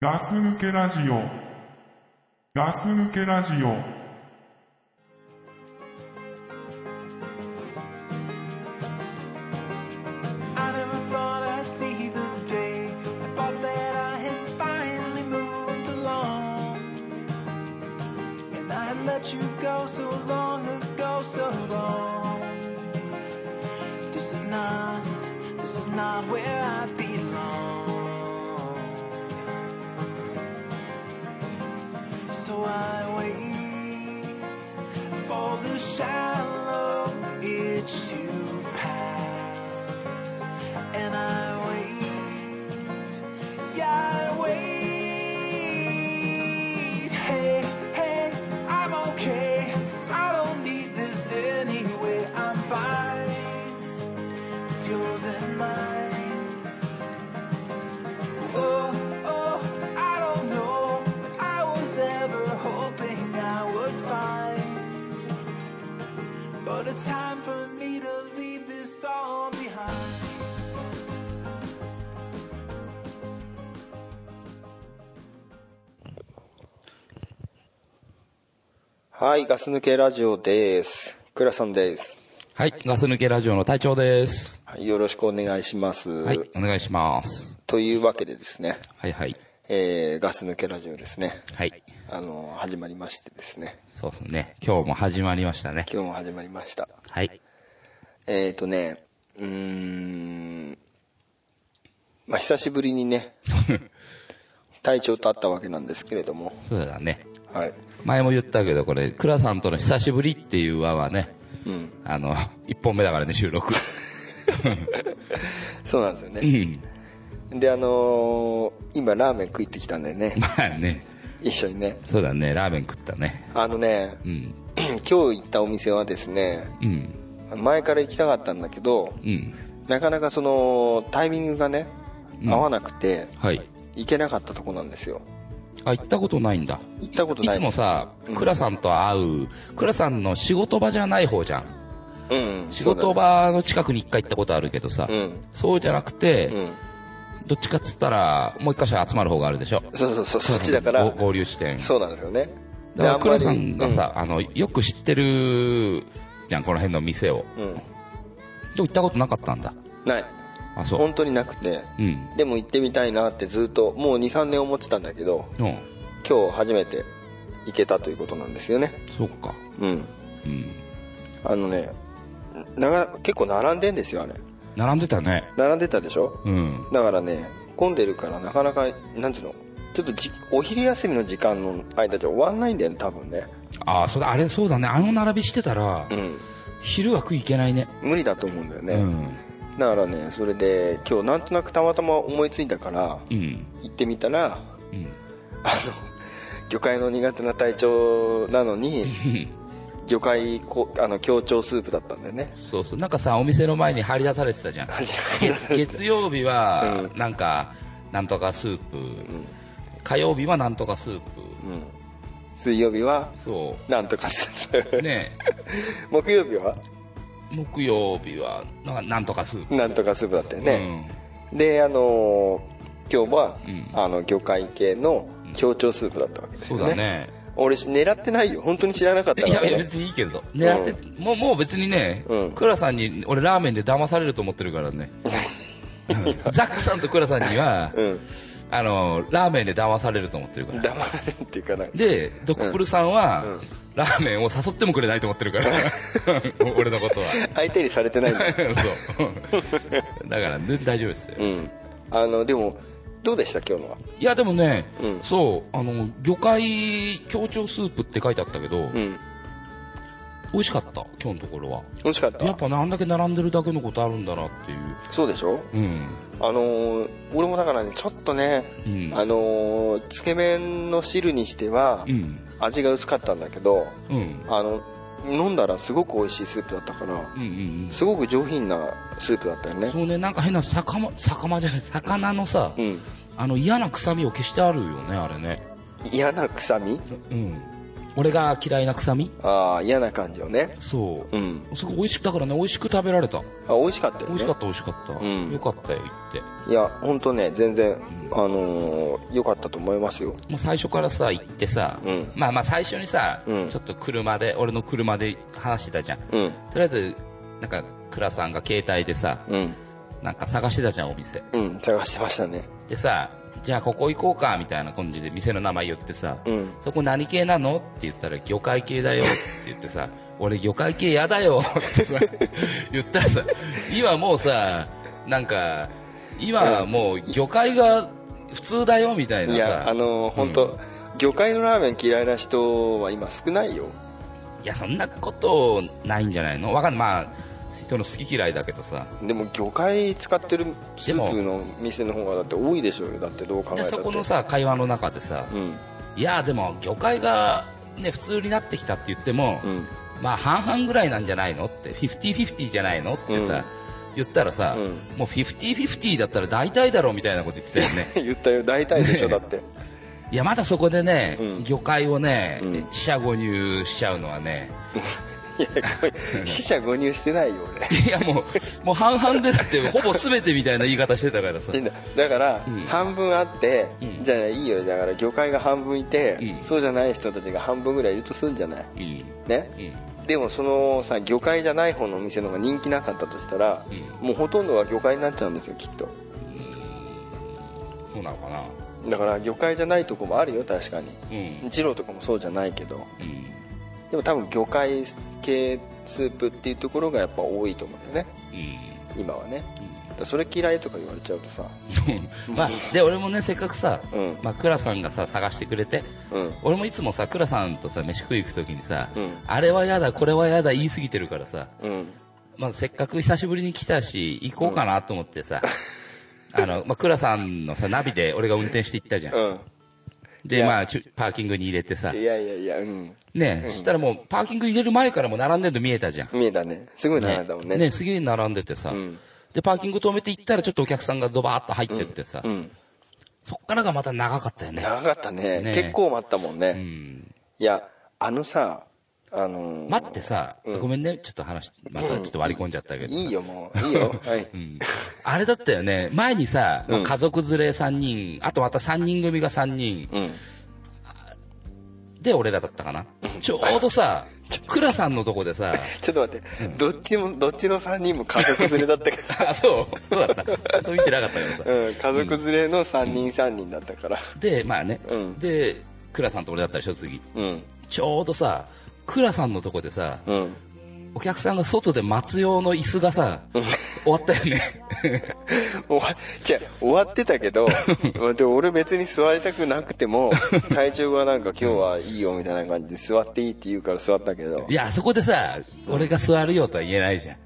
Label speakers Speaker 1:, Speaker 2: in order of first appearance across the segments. Speaker 1: ガス抜けラジオ。ガス抜けラジオ。
Speaker 2: I never thought I'd see the day. I thought that I had finally moved along. And I had let you go so long ago, so long. This is not, this is not where I belong. So I wait for the shallow itch to pass and I wait. Yeah, I wait. Hey, hey, I'm okay. I don't need this anyway. I'm fine. It's yours and mine. Oh, oh, I don't know. if I was ever hoping I would find. But it's time for me to leave this all behind.
Speaker 3: はい、ガス抜けラジオです。倉さんです。
Speaker 4: はい、ガス抜けラジオの隊長です。
Speaker 3: はい、よろしくお願いします。
Speaker 4: はい、お願いします。
Speaker 3: というわけでですね、
Speaker 4: はいはい。
Speaker 3: えー、ガス抜けラジオですね。
Speaker 4: はい。
Speaker 3: あの、始まりましてですね。
Speaker 4: そうですね。今日も始まりましたね。
Speaker 3: 今日も始まりました。
Speaker 4: はい。
Speaker 3: えーとね、うーん、まあ、久しぶりに ね、隊長と会ったわけなんですけれども、
Speaker 4: そうだね。
Speaker 3: はい。
Speaker 4: 前も言ったけど、これ、倉さんとの久しぶりっていう輪はね、
Speaker 3: うん、
Speaker 4: あの、一本目だからね、収録。
Speaker 3: そうなんですよ
Speaker 4: う
Speaker 3: ね。
Speaker 4: ん。
Speaker 3: で、あのー今ラーメン食いってきたんだよ ね。
Speaker 4: まあね、
Speaker 3: 一緒にね。
Speaker 4: そうだね、ラーメン食ったね。
Speaker 3: あのね、
Speaker 4: うん。
Speaker 3: 今日行ったお店はですね、
Speaker 4: うん。
Speaker 3: 前から行きたかったんだけど
Speaker 4: うん。
Speaker 3: なかなかそのタイミングがね
Speaker 4: うん
Speaker 3: 合わなくて、
Speaker 4: はい。
Speaker 3: 行けなかったとこなんですよ
Speaker 4: あ、行ったことないんだ。
Speaker 3: 行ったこと
Speaker 4: い
Speaker 3: ない
Speaker 4: つもさ、倉さんと会う、倉さんの仕事場じゃない方じゃん。
Speaker 3: うん
Speaker 4: 仕事場の近くに一回行ったことあるけどさ、
Speaker 3: そうだね
Speaker 4: そうじゃなくて、
Speaker 3: うんうん
Speaker 4: どっちかっつったら、もう一箇所集まる方があるでしょ。
Speaker 3: そうそうそうそっちだから
Speaker 4: 合合流地点。
Speaker 3: そうなんですよね
Speaker 4: だから、
Speaker 3: であ
Speaker 4: 倉
Speaker 3: ん
Speaker 4: さ
Speaker 3: まり
Speaker 4: んがさ、あの、よく知ってるじゃん、この辺の店を。
Speaker 3: うん、うん
Speaker 4: でも行ったことなかったんだ。
Speaker 3: ない
Speaker 4: あ、そう。
Speaker 3: 本当になくて
Speaker 4: うん。
Speaker 3: でも行ってみたいなってずっともう23年思ってたんだけど
Speaker 4: うん。
Speaker 3: 今日初めて行けたということなんですよね
Speaker 4: そうか。
Speaker 3: うん
Speaker 4: うん。
Speaker 3: あのねなが結構並んでんですよあれ
Speaker 4: 並んでたね。
Speaker 3: 並んでたでしょ
Speaker 4: うん。
Speaker 3: だからね混んでるからなかなかなんていうのちょっとじお昼休みの時間の間じゃ終わんないんだよね多分ね
Speaker 4: あ、そうだ、あれ、そうだね。あの並びしてたら、
Speaker 3: うん
Speaker 4: 昼は食いけないね。
Speaker 3: 無理だと思うんだよね、
Speaker 4: うん。
Speaker 3: だからねそれで今日なんとなくたまたま思いついたから
Speaker 4: うん。
Speaker 3: 行ってみたら
Speaker 4: うん。
Speaker 3: あの魚介の苦手な体調なのに魚介こあの強調スープだったんだよね
Speaker 4: そうそう。なんかさ、お店の前に張り出されてた じゃん。月月曜日は、
Speaker 3: う
Speaker 4: なんか、なんとかスープ、火曜日はなんとかスープ、
Speaker 3: うん水曜日は
Speaker 4: そ
Speaker 3: なんとかスー
Speaker 4: う。
Speaker 3: プ
Speaker 4: ね
Speaker 3: 木曜日は
Speaker 4: 木曜日は、なんかなんとかスープ。
Speaker 3: なんとかスープだったよね、であのー今日は、
Speaker 4: うん
Speaker 3: あの魚介系の強調スープだったわけ
Speaker 4: うん。
Speaker 3: です
Speaker 4: そ
Speaker 3: よ
Speaker 4: う
Speaker 3: ね,、
Speaker 4: だね。
Speaker 3: 俺狙ってないよ本当に知らなかったか
Speaker 4: い
Speaker 3: ら、
Speaker 4: や
Speaker 3: ね、
Speaker 4: いや、別にいいけど。狙って、もう、もう別にね、
Speaker 3: うん
Speaker 4: クラさんに、俺ラーメンで騙されると思ってるからね。ザックさんとクラさんには、
Speaker 3: うん
Speaker 4: あの、ラーメンで騙されると思ってるから。
Speaker 3: 黙れるっていうかなんか
Speaker 4: で、ドクプルさんは、
Speaker 3: うん
Speaker 4: ラーメンを誘ってもくれないと思って るから、俺のことは。
Speaker 3: 相手にされてないんだ、
Speaker 4: そう。だから、ね大丈夫ですよ。
Speaker 3: うん、あのでもどうでした今日のはい
Speaker 4: や、でもね、
Speaker 3: うん
Speaker 4: そう、あの、魚介協調スープって書いてあったけど、
Speaker 3: うん
Speaker 4: 美味しかった、今日のところは。
Speaker 3: 美味しかった
Speaker 4: やっぱね、あんだけ並んでるだけのことあるんだなっていう。
Speaker 3: そうでしょ
Speaker 4: うん。
Speaker 3: あのー俺もだからねちょっとね、
Speaker 4: うん
Speaker 3: あのーつけ麺の汁にしては、
Speaker 4: うん。
Speaker 3: 味が薄かったんだけど
Speaker 4: うん。うん
Speaker 3: あの飲んだらすごく美味しいスープだったから、
Speaker 4: うんうん。
Speaker 3: すごく上品なスープだったよね
Speaker 4: そうね、なんか変な魚、魚じゃない、魚のさ、
Speaker 3: うん
Speaker 4: あの嫌な臭みを消してあるよね、あれね。
Speaker 3: 嫌な臭み
Speaker 4: うん。俺が嫌いな臭み
Speaker 3: ああ嫌な感じをね
Speaker 4: そ
Speaker 3: うん
Speaker 4: うすごい美味しくだからね美味しく食べられた
Speaker 3: あ美味しかったよね
Speaker 4: 美味しかった美味しかった、
Speaker 3: うん
Speaker 4: よかったよ行って
Speaker 3: いや本当ね全然あのー良かったと思いますよ
Speaker 4: もう最初からさ行ってさ、
Speaker 3: うん
Speaker 4: まあまあ最初にさ、
Speaker 3: うん
Speaker 4: ちょっと車で俺の車で話してたじゃんと
Speaker 3: うん
Speaker 4: りあえずなんか倉さんが携帯でさ
Speaker 3: うん
Speaker 4: なんか探してたじゃんお店
Speaker 3: うん探してましたね
Speaker 4: でさじゃあここ行こうかみたいな感じで店の名前言ってさ、
Speaker 3: うん
Speaker 4: そこ何系なのって言ったら魚介系だよって言ってさ俺魚介系やだよってさ 言ったらさ今もうさなんか今はもう魚介が普通だよみたいないさ
Speaker 3: やあのー本当、魚介のラーメン嫌いな人は今少ないよ
Speaker 4: いやそんなことないんじゃないのわかんないまあ人の好き嫌いだけどさ
Speaker 3: でも魚介使ってるスープ
Speaker 4: で
Speaker 3: の店の方がだって多いでしょうよだってどう考えた
Speaker 4: で
Speaker 3: って
Speaker 4: そこのさ会話の中でさ、
Speaker 3: うん
Speaker 4: いやでも魚介がね普通になってきたって言っても、
Speaker 3: うん
Speaker 4: まあ半々ぐらいなんじゃないのって50-50じゃないのってさ、言ったらさ、
Speaker 3: うん
Speaker 4: もう50-50だったら大体だろうみたいなこと言ってたよ ね
Speaker 3: 言ったよ大体でしょだって
Speaker 4: いやまだそこでね、
Speaker 3: うん
Speaker 4: 魚介をね、
Speaker 3: うん
Speaker 4: 四捨五入しちゃうのはね
Speaker 3: いやこれ死者誤入してないよ俺
Speaker 4: いやもうもう半々でだってほぼ全てみたいな言い方してたからさ
Speaker 3: いいんだだから
Speaker 4: うん
Speaker 3: 半分あって、
Speaker 4: うん
Speaker 3: じゃあいいよだから魚介が半分いて、
Speaker 4: うん
Speaker 3: そうじゃない人たちが半分ぐらいいるとするんじゃない
Speaker 4: うん
Speaker 3: ね
Speaker 4: うん
Speaker 3: でもそのさ魚介じゃない方のお店の方が人気なかったとしたら、
Speaker 4: う
Speaker 3: もうほとんどが魚介になっちゃうんですよきっと
Speaker 4: そうなのかな
Speaker 3: だから魚介じゃないとこもあるよ確かに
Speaker 4: うん、
Speaker 3: 二郎とかもそうじゃないけど
Speaker 4: うん、
Speaker 3: でも多分魚介系スープっていうところがやっぱ多いと思うんだよね
Speaker 4: うん
Speaker 3: 今はねだからそれ嫌いとか言われちゃうとさ
Speaker 4: うん、まあで俺もねせっかくさ、
Speaker 3: うん
Speaker 4: まあ、倉さんがさ探してくれて
Speaker 3: うん
Speaker 4: 俺もいつもさ倉さんとさ飯食い行く時にさ、
Speaker 3: うん
Speaker 4: あれはやだこれはやだ言い過ぎてるからさ、
Speaker 3: うん
Speaker 4: まあ、せっかく久しぶりに来たし行こうかなと思って さ、あの、まあ、倉さんのさナビで俺が運転して行ったじゃん、
Speaker 3: うんい
Speaker 4: で
Speaker 3: や
Speaker 4: まあちゅパーキングに入れてさ
Speaker 3: いやいやいやうん
Speaker 4: ねそしたらもうパーキング入れる前からもう並んでるの見えたじゃん
Speaker 3: 見えたねすごい並んだもんね
Speaker 4: ねすげえ並んでてさ、
Speaker 3: うん
Speaker 4: でパーキング止めて行ったらちょっとお客さんがドバーッと入ってってさ、
Speaker 3: うん
Speaker 4: そっからがまた長かったよね
Speaker 3: 長かったね
Speaker 4: ね
Speaker 3: 結構待ったもんね、
Speaker 4: うん
Speaker 3: いやあのさあのー
Speaker 4: 待ってさ、
Speaker 3: うん
Speaker 4: ごめんね、ちょっと話、またちょっと割り込んじゃったけどさ、
Speaker 3: いいよもういい よはい、
Speaker 4: うんあれだったよね、前にさ、
Speaker 3: うん
Speaker 4: 家族連れ3人、あとまた3人組が3人
Speaker 3: うん
Speaker 4: で俺らだったかな、ちょう どさ、倉さんのとこでさ、
Speaker 3: ちょっと待って、どっちもどっちの3人も家族連れだったか
Speaker 4: あ、そう、そうだった、ちゃんと見てなかったけどさ
Speaker 3: ら、、うん、家族連れの3人3人だったから
Speaker 4: で、まあね、
Speaker 3: うん
Speaker 4: で、倉さんと俺だったでしょ、次、
Speaker 3: うん
Speaker 4: ちょうどさ、倉さんのとこでさ、
Speaker 3: うん
Speaker 4: お客さんが外で待つ用の椅子がさ、終わったよね。
Speaker 3: 終わじゃあ終わってたけど で俺別に座りたくなくて も体調がなんか今日はいいよみたいな感じで座っていいって言うから座ったけど
Speaker 4: いや、あそこでさ、俺が座るよとは言えないじゃん。。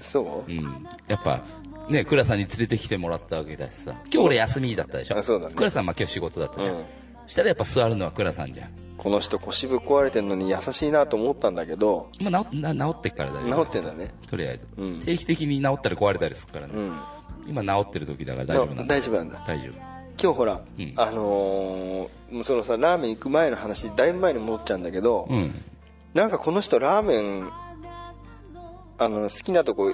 Speaker 3: そううん
Speaker 4: やっぱ、ね、倉さんに連れてきてもらったわけだしさ。今日俺休みだったでしょ
Speaker 3: あそうだね
Speaker 4: 倉さんまあ今日仕事だったじゃん。
Speaker 3: うん
Speaker 4: したらやっぱ座るのは倉さんじゃん。
Speaker 3: この人腰ぶっ壊れてるのに優しいなと思ったんだけど
Speaker 4: まあ治っな治ってっからだ
Speaker 3: 治
Speaker 4: よ。
Speaker 3: ってんだね
Speaker 4: とりあえず、
Speaker 3: うん
Speaker 4: 定期的に治ったら壊れたりするからね。
Speaker 3: うん
Speaker 4: 今治ってる時だから大丈夫なんだ。
Speaker 3: 大丈夫なんだ
Speaker 4: 大丈
Speaker 3: 今日ほら、
Speaker 4: うん
Speaker 3: あのーもうそのさラーメン行く前の話だいぶ前に戻っちゃうんだけど、
Speaker 4: 夫。うん。
Speaker 3: なんかこの人ラーメンあの好きなとこ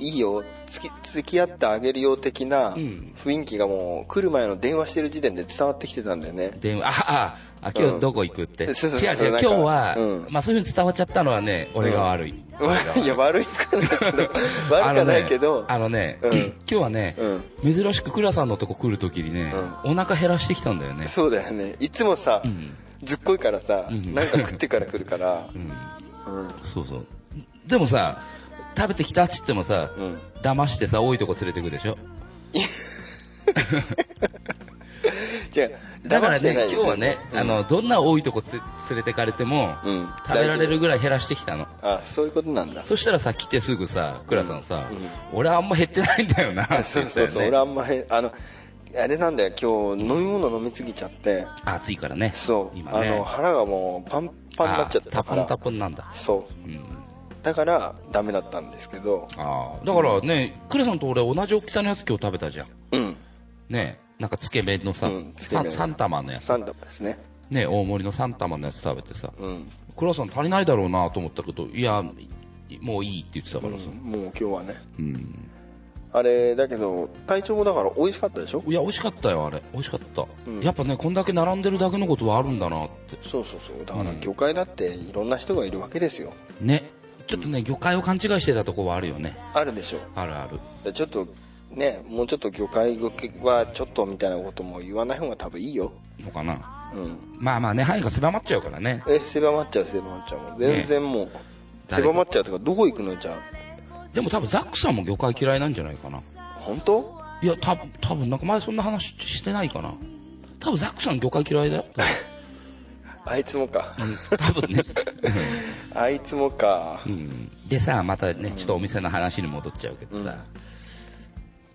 Speaker 3: いいよつき付き合ってあげるよ的なん雰囲気がもう来る前の電話してる時点で伝わってきてたんだよね
Speaker 4: 電話、あ、あ、あ今日どこ行くって。
Speaker 3: うんそうそうそう
Speaker 4: 違う違う、
Speaker 3: なんか
Speaker 4: 今日は、
Speaker 3: うん
Speaker 4: まあそういう風に伝わっちゃったのはね、俺が悪い。
Speaker 3: いや悪いかないけど 悪
Speaker 4: あの
Speaker 3: か
Speaker 4: ね
Speaker 3: ないけど、
Speaker 4: あのね、
Speaker 3: うん
Speaker 4: 今日はね、珍しく倉さんのとこ来るときにね、お腹減らしてきたんだよね。
Speaker 3: そうだよねいつもさ、
Speaker 4: うん
Speaker 3: ずっこいからさ、
Speaker 4: うん
Speaker 3: なんか食ってから来るから
Speaker 4: うん、
Speaker 3: うん
Speaker 4: そうそう。でもさ、食べてきたっつってもさ、
Speaker 3: うん
Speaker 4: 騙してさ、多いとこ連れてくでしょ。
Speaker 3: じゃあ
Speaker 4: だから
Speaker 3: 騙してな
Speaker 4: ね、
Speaker 3: いよ
Speaker 4: 今日はね、
Speaker 3: うん
Speaker 4: あの、どんな多いとこつ連れてかれても、
Speaker 3: うん
Speaker 4: 食べられるぐらい減らしてきたの。
Speaker 3: あそういうことなんだ
Speaker 4: そしたらさ、来てすぐさ、倉さんさ、
Speaker 3: うんうん
Speaker 4: 俺はあんま減ってないんだよな、っ て
Speaker 3: そ
Speaker 4: 言
Speaker 3: う
Speaker 4: った
Speaker 3: そう
Speaker 4: よね
Speaker 3: そう、俺あんまへあのあれなんだよ今日飲み物飲みすぎちゃって
Speaker 4: 暑いからね。
Speaker 3: そう、
Speaker 4: 今
Speaker 3: あ
Speaker 4: ね。
Speaker 3: の腹がもうパンパンになっちゃってたから
Speaker 4: あタポンタポンなんだ。
Speaker 3: そう
Speaker 4: うん。
Speaker 3: だからダメだったんですけど
Speaker 4: ああだからね、クレさんと俺同じ大きさのやつ今日食べたじゃん
Speaker 3: うん
Speaker 4: ねなんかつけ麺のさ、
Speaker 3: うんつけ
Speaker 4: さ
Speaker 3: 麺
Speaker 4: 三玉のやつ
Speaker 3: 3玉ですね
Speaker 4: ね、大盛りの3玉のやつ食べてさ、
Speaker 3: うん、
Speaker 4: クラさん足りないだろうなと思ったけど、いや、もういいって言ってたからさ、
Speaker 3: もう今日はね
Speaker 4: うん。
Speaker 3: あれだけど体調もだから美味しかったでしょ
Speaker 4: いや、美味しかったよ、あれ。美味しかった。
Speaker 3: うん
Speaker 4: やっぱね、こんだけ並んでるだけのことはあるんだなって。
Speaker 3: そうそうそうだから
Speaker 4: うん
Speaker 3: 魚介だっていろんな人がいるわけですよ
Speaker 4: ね。ちょっとね、魚介を勘違いしてたとこはあるよね。
Speaker 3: あるでしょ
Speaker 4: あるある。
Speaker 3: でちょっとねもうちょっと魚介はちょっとみたいなことも言わない方が多分いいよ
Speaker 4: のかな。
Speaker 3: うん
Speaker 4: まあまあね、範囲が狭まっちゃうからね。
Speaker 3: え狭まっちゃう狭まっちゃうもう全然もう、
Speaker 4: 誰か
Speaker 3: 狭まっちゃうとかどこ行くのじゃ
Speaker 4: でも多分ザックさんも魚介嫌いなんじゃないかな。
Speaker 3: あ本当
Speaker 4: いや、多分、多分なんか前そんな話してないかな。多分ザックさん魚介嫌いだよ。
Speaker 3: あいつも か
Speaker 4: うん多分ね。
Speaker 3: あいつもか
Speaker 4: うんでさ、またね、ちょっとお店の話に戻っちゃうけどさ、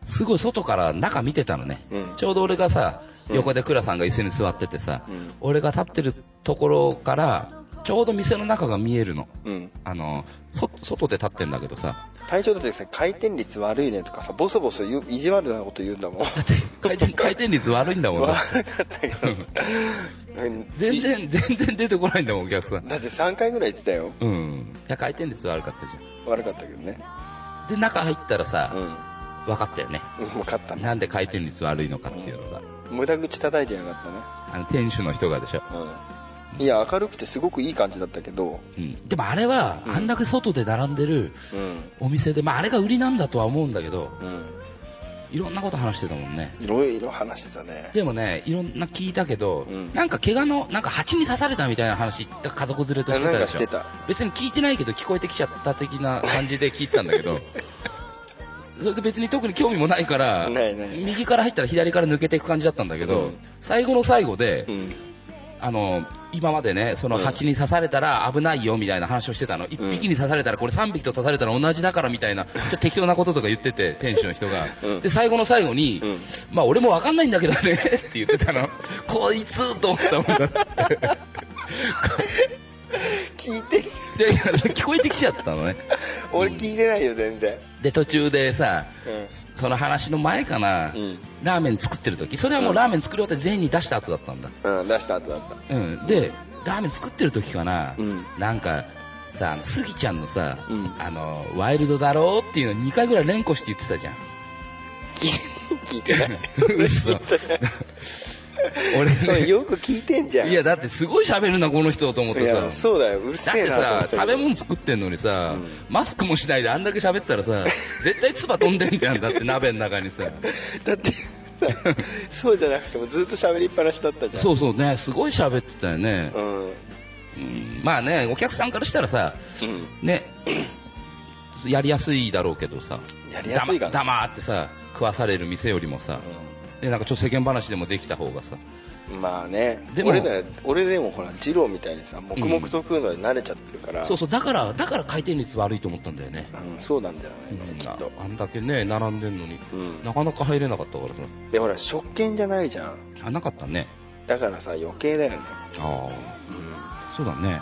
Speaker 4: すごい外から中見てたのね。
Speaker 3: うん
Speaker 4: ちょうど俺がさ、横で倉さんが椅子に座っててさ、
Speaker 3: ん
Speaker 4: 俺が立ってるところから、ちょうど店の中が見えるの。
Speaker 3: うん
Speaker 4: あの、そ、外で立ってんだけどさ、
Speaker 3: 体調だってさ回転率悪いねとかさボソボソ言う意地悪なこと言うんだもん
Speaker 4: だって回転、回転率悪いんだもん。
Speaker 3: わかったけどさうん
Speaker 4: 全然、全然出てこないんだもん、お客さん。
Speaker 3: だって3回ぐらい言ってたよ
Speaker 4: うん。いや、回転率悪かったじゃ
Speaker 3: 悪かったけどね
Speaker 4: ん。で、中入ったら
Speaker 3: う
Speaker 4: さ、
Speaker 3: ん
Speaker 4: 分かったよね。
Speaker 3: 分かったね
Speaker 4: なんで回転率悪いのかっていうのが。
Speaker 3: 無駄口叩いてやがったね
Speaker 4: あの、店主の人がでしょ。
Speaker 3: うんいや明るくてすごくいい感じだったけど、
Speaker 4: うん、でもあれは、あんだけ外で並んでる
Speaker 3: うん
Speaker 4: お店で、まあ、あれが売りなんだとは思うんだけど
Speaker 3: うん、
Speaker 4: いろんなこと話してたもんね
Speaker 3: いろいろ話してたね
Speaker 4: でもねいろんな聞いたけど、
Speaker 3: うん
Speaker 4: なんか怪我のなんか蜂に刺されたみたいな話が家族連れとして
Speaker 3: な
Speaker 4: た
Speaker 3: ん
Speaker 4: で
Speaker 3: か
Speaker 4: し
Speaker 3: し
Speaker 4: ょ
Speaker 3: てた
Speaker 4: 別に聞いてないけど聞こえてきちゃった的な感じで聞いてたんだけ どそれで別に特に興味もないから
Speaker 3: ないない
Speaker 4: 右から入ったら左から抜けていく感じだったんだけど、
Speaker 3: うん
Speaker 4: 最後の最後で、
Speaker 3: うん
Speaker 4: あの今までねその
Speaker 3: うん
Speaker 4: 蜂に刺されたら危ないよみたいな話をしてたの、1匹に刺されたらこれ3匹と刺されたら同じだからみたいなちょっと適当なこととか言ってて店主の人が、
Speaker 3: うん
Speaker 4: で最後の最後に、
Speaker 3: うん
Speaker 4: まあ俺も分かんないんだけどねって言ってたのこいつと思ったもんだって
Speaker 3: 聞いてる
Speaker 4: で聞こえてきちゃったのね
Speaker 3: 俺聞いてないよ全然
Speaker 4: で途中でさその話の前かな、
Speaker 3: うん、
Speaker 4: ラーメン作ってる時それはもうラーメン作り終わって全員に出した後だったんだ
Speaker 3: うん出した後だった
Speaker 4: うん、でラーメン作ってる時かな、
Speaker 3: うん
Speaker 4: なんかさあのスギちゃんのさ、
Speaker 3: うん
Speaker 4: あのワイルドだろうっていうの2回ぐらい連呼して言ってた じゃん
Speaker 3: 聞いてない
Speaker 4: 嘘俺
Speaker 3: それ
Speaker 4: ね
Speaker 3: よく聞いてんじゃん
Speaker 4: いやだってすごい喋るなこの人と思っ
Speaker 3: い
Speaker 4: て
Speaker 3: や
Speaker 4: さ
Speaker 3: そうだようる
Speaker 4: だっ
Speaker 3: せえ
Speaker 4: て
Speaker 3: なと思
Speaker 4: さ
Speaker 3: ってた
Speaker 4: 食
Speaker 3: け
Speaker 4: べ
Speaker 3: ど
Speaker 4: 物作ってんのにさ、
Speaker 3: うん
Speaker 4: マスクもしないであんだけ喋ったらさ絶対唾飛んでんじゃんだって鍋の中にさ
Speaker 3: だってさそうじゃなくてもずっと喋りっぱなしだったじゃん
Speaker 4: そうそうねすごい喋ってたよね、
Speaker 3: うん、うん、
Speaker 4: うんまあねお客さんからしたらさね、やりやすいだろうけどさ、
Speaker 3: やりやすいかな
Speaker 4: だま黙ってさ、食わされる店よりもさ、でなんかちょっと世間話でもできた方がさ、
Speaker 3: うんまあね
Speaker 4: でも
Speaker 3: 俺ら俺でもほら二郎みたいにさ黙々と食うのに慣れちゃってるから、
Speaker 4: そうそう、だから、だから回転率悪いと思ったんだよね。
Speaker 3: うん、そうなんじゃないの、
Speaker 4: うん
Speaker 3: きっと
Speaker 4: あんだけね、並んでんのに、
Speaker 3: うん
Speaker 4: なかなか入れなかったからさ、
Speaker 3: でほら食券じゃないじゃん
Speaker 4: あなかったね。
Speaker 3: だからさ余計だよね、
Speaker 4: ああ、そうだね。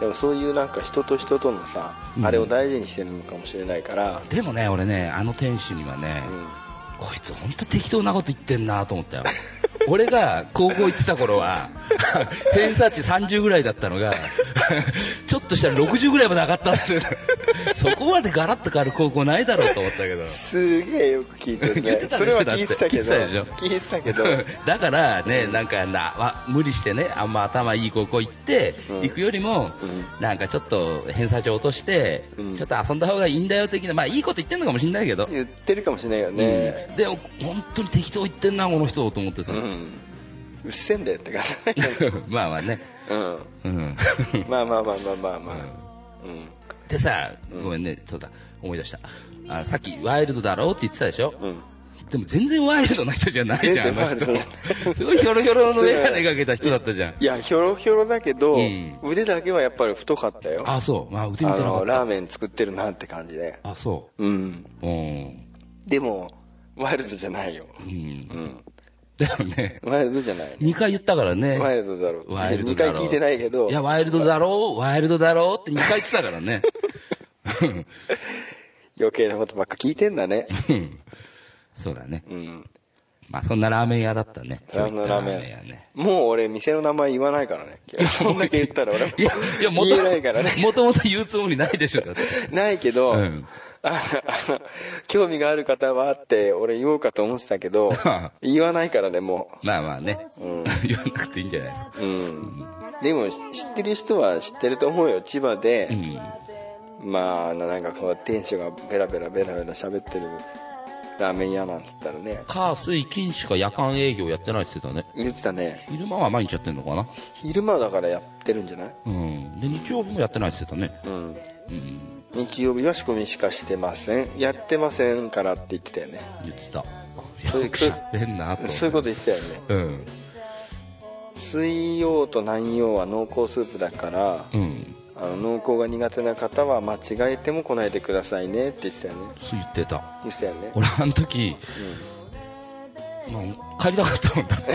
Speaker 3: でもそういうなんか人と人とのさ、
Speaker 4: うん
Speaker 3: あれを大事にしてるのかもしれないから、
Speaker 4: でもね、俺ね、あの店主にはね、
Speaker 3: うん、
Speaker 4: こいつ本当適当なこと言ってんなと思ったよ俺が高校行ってた頃は偏差値30ぐらいだったのがちょっとしたら60ぐらいまで上がったっすそこまでガラッと変わる高校ないだろうと思ったけど
Speaker 3: すげえよく聞いてる
Speaker 4: 言
Speaker 3: ね
Speaker 4: ってたでしょ
Speaker 3: それは聞いてたけど
Speaker 4: だって聞いてた
Speaker 3: 聞いてたけど
Speaker 4: だからねなんかなわ無理してねあんま頭いい高校行って、
Speaker 3: うん
Speaker 4: 行くよりも、
Speaker 3: う
Speaker 4: なんかちょっと偏差値落として、
Speaker 3: うん
Speaker 4: ちょっと遊んだ方がいいんだよ的なまあいいこと言ってんのかもしれないけど、
Speaker 3: 言ってるかもしれないよね
Speaker 4: うんでも本当に適当言ってんなこの人と思ってさ、
Speaker 3: うん、うっせえんだよって感じだね
Speaker 4: まあまあね。
Speaker 3: うん
Speaker 4: うん。
Speaker 3: まあまあまあまあまあまあうん
Speaker 4: でさ、ごめんね、そうだ、思い出した。あさっき、ワイルドだろうって言ってたでしょ
Speaker 3: うん
Speaker 4: でも全然ワイルドな人じゃないじゃん、あ
Speaker 3: 全然
Speaker 4: の
Speaker 3: ワイルド
Speaker 4: 人。すごいヒョロヒョロの眼鏡かけた人だったじゃん。
Speaker 3: いやひょろひょろだけど、
Speaker 4: うん
Speaker 3: 腕だけはやっぱり太かったよあ
Speaker 4: あ、そう。まあ、腕見てなか
Speaker 3: の
Speaker 4: っ
Speaker 3: ラ
Speaker 4: た
Speaker 3: ー。メン作ってるなって感じで
Speaker 4: あ、そ
Speaker 3: うん
Speaker 4: う。うん。
Speaker 3: でもワイルドじゃないよ
Speaker 4: う
Speaker 3: う
Speaker 4: ん。
Speaker 3: ん
Speaker 4: だよね。
Speaker 3: ワイルドじゃない
Speaker 4: 2回言ったからね。
Speaker 3: ワイルドだろう
Speaker 4: ワイルドだろう
Speaker 3: 2回聞いてないけど
Speaker 4: いや、ワイルドだろう、ワイルドだろうって2回言ってたからね。
Speaker 3: 余計なことばっか聞いてんだね
Speaker 4: うんそうだね。
Speaker 3: うん
Speaker 4: まあそんなラーメン屋だったね。
Speaker 3: ラーメン
Speaker 4: 今日行った屋ね。
Speaker 3: もう俺店の名前言わないからねそんだけ言ったら俺も
Speaker 4: いや、いや、もと
Speaker 3: 言えないからね、
Speaker 4: もともと言うつもりないでしょ、だって。
Speaker 3: ないけど、
Speaker 4: うん
Speaker 3: あのあの興味がある方はって俺言おうかと思ってたけ ど言わないからねも
Speaker 4: まあまあね。言わなくていいんじゃないですか。
Speaker 3: う、うん、でもし知ってる人は知ってると思うよ千葉で、
Speaker 4: うん。
Speaker 3: まあなんかこう店主がベラベラベラベラ喋ってるラーメン屋なんつったらね
Speaker 4: 火、水、金しか夜間営業やってないって言ってたね。
Speaker 3: 言ってたね
Speaker 4: 昼間は毎日やってんのかな
Speaker 3: 昼間だからやってるんじゃない、
Speaker 4: うん。で、日曜日もやってないって言って
Speaker 3: う
Speaker 4: たね。
Speaker 3: ん、
Speaker 4: うん。
Speaker 3: 日曜日は仕込みしかしてませんやってませんからって言ってたよね
Speaker 4: 言ってた。
Speaker 3: そういう
Speaker 4: よく喋んなと思って。
Speaker 3: そういうこと言ってたよね
Speaker 4: うん。
Speaker 3: 水曜と南曜は濃厚スープだから
Speaker 4: うん。
Speaker 3: あの濃厚が苦手な方は間違えても来ないでくださいねって言ってたよね
Speaker 4: そう言ってた。
Speaker 3: 言ってたよね
Speaker 4: 俺、あの時、まあ、帰りたかったもんだ って。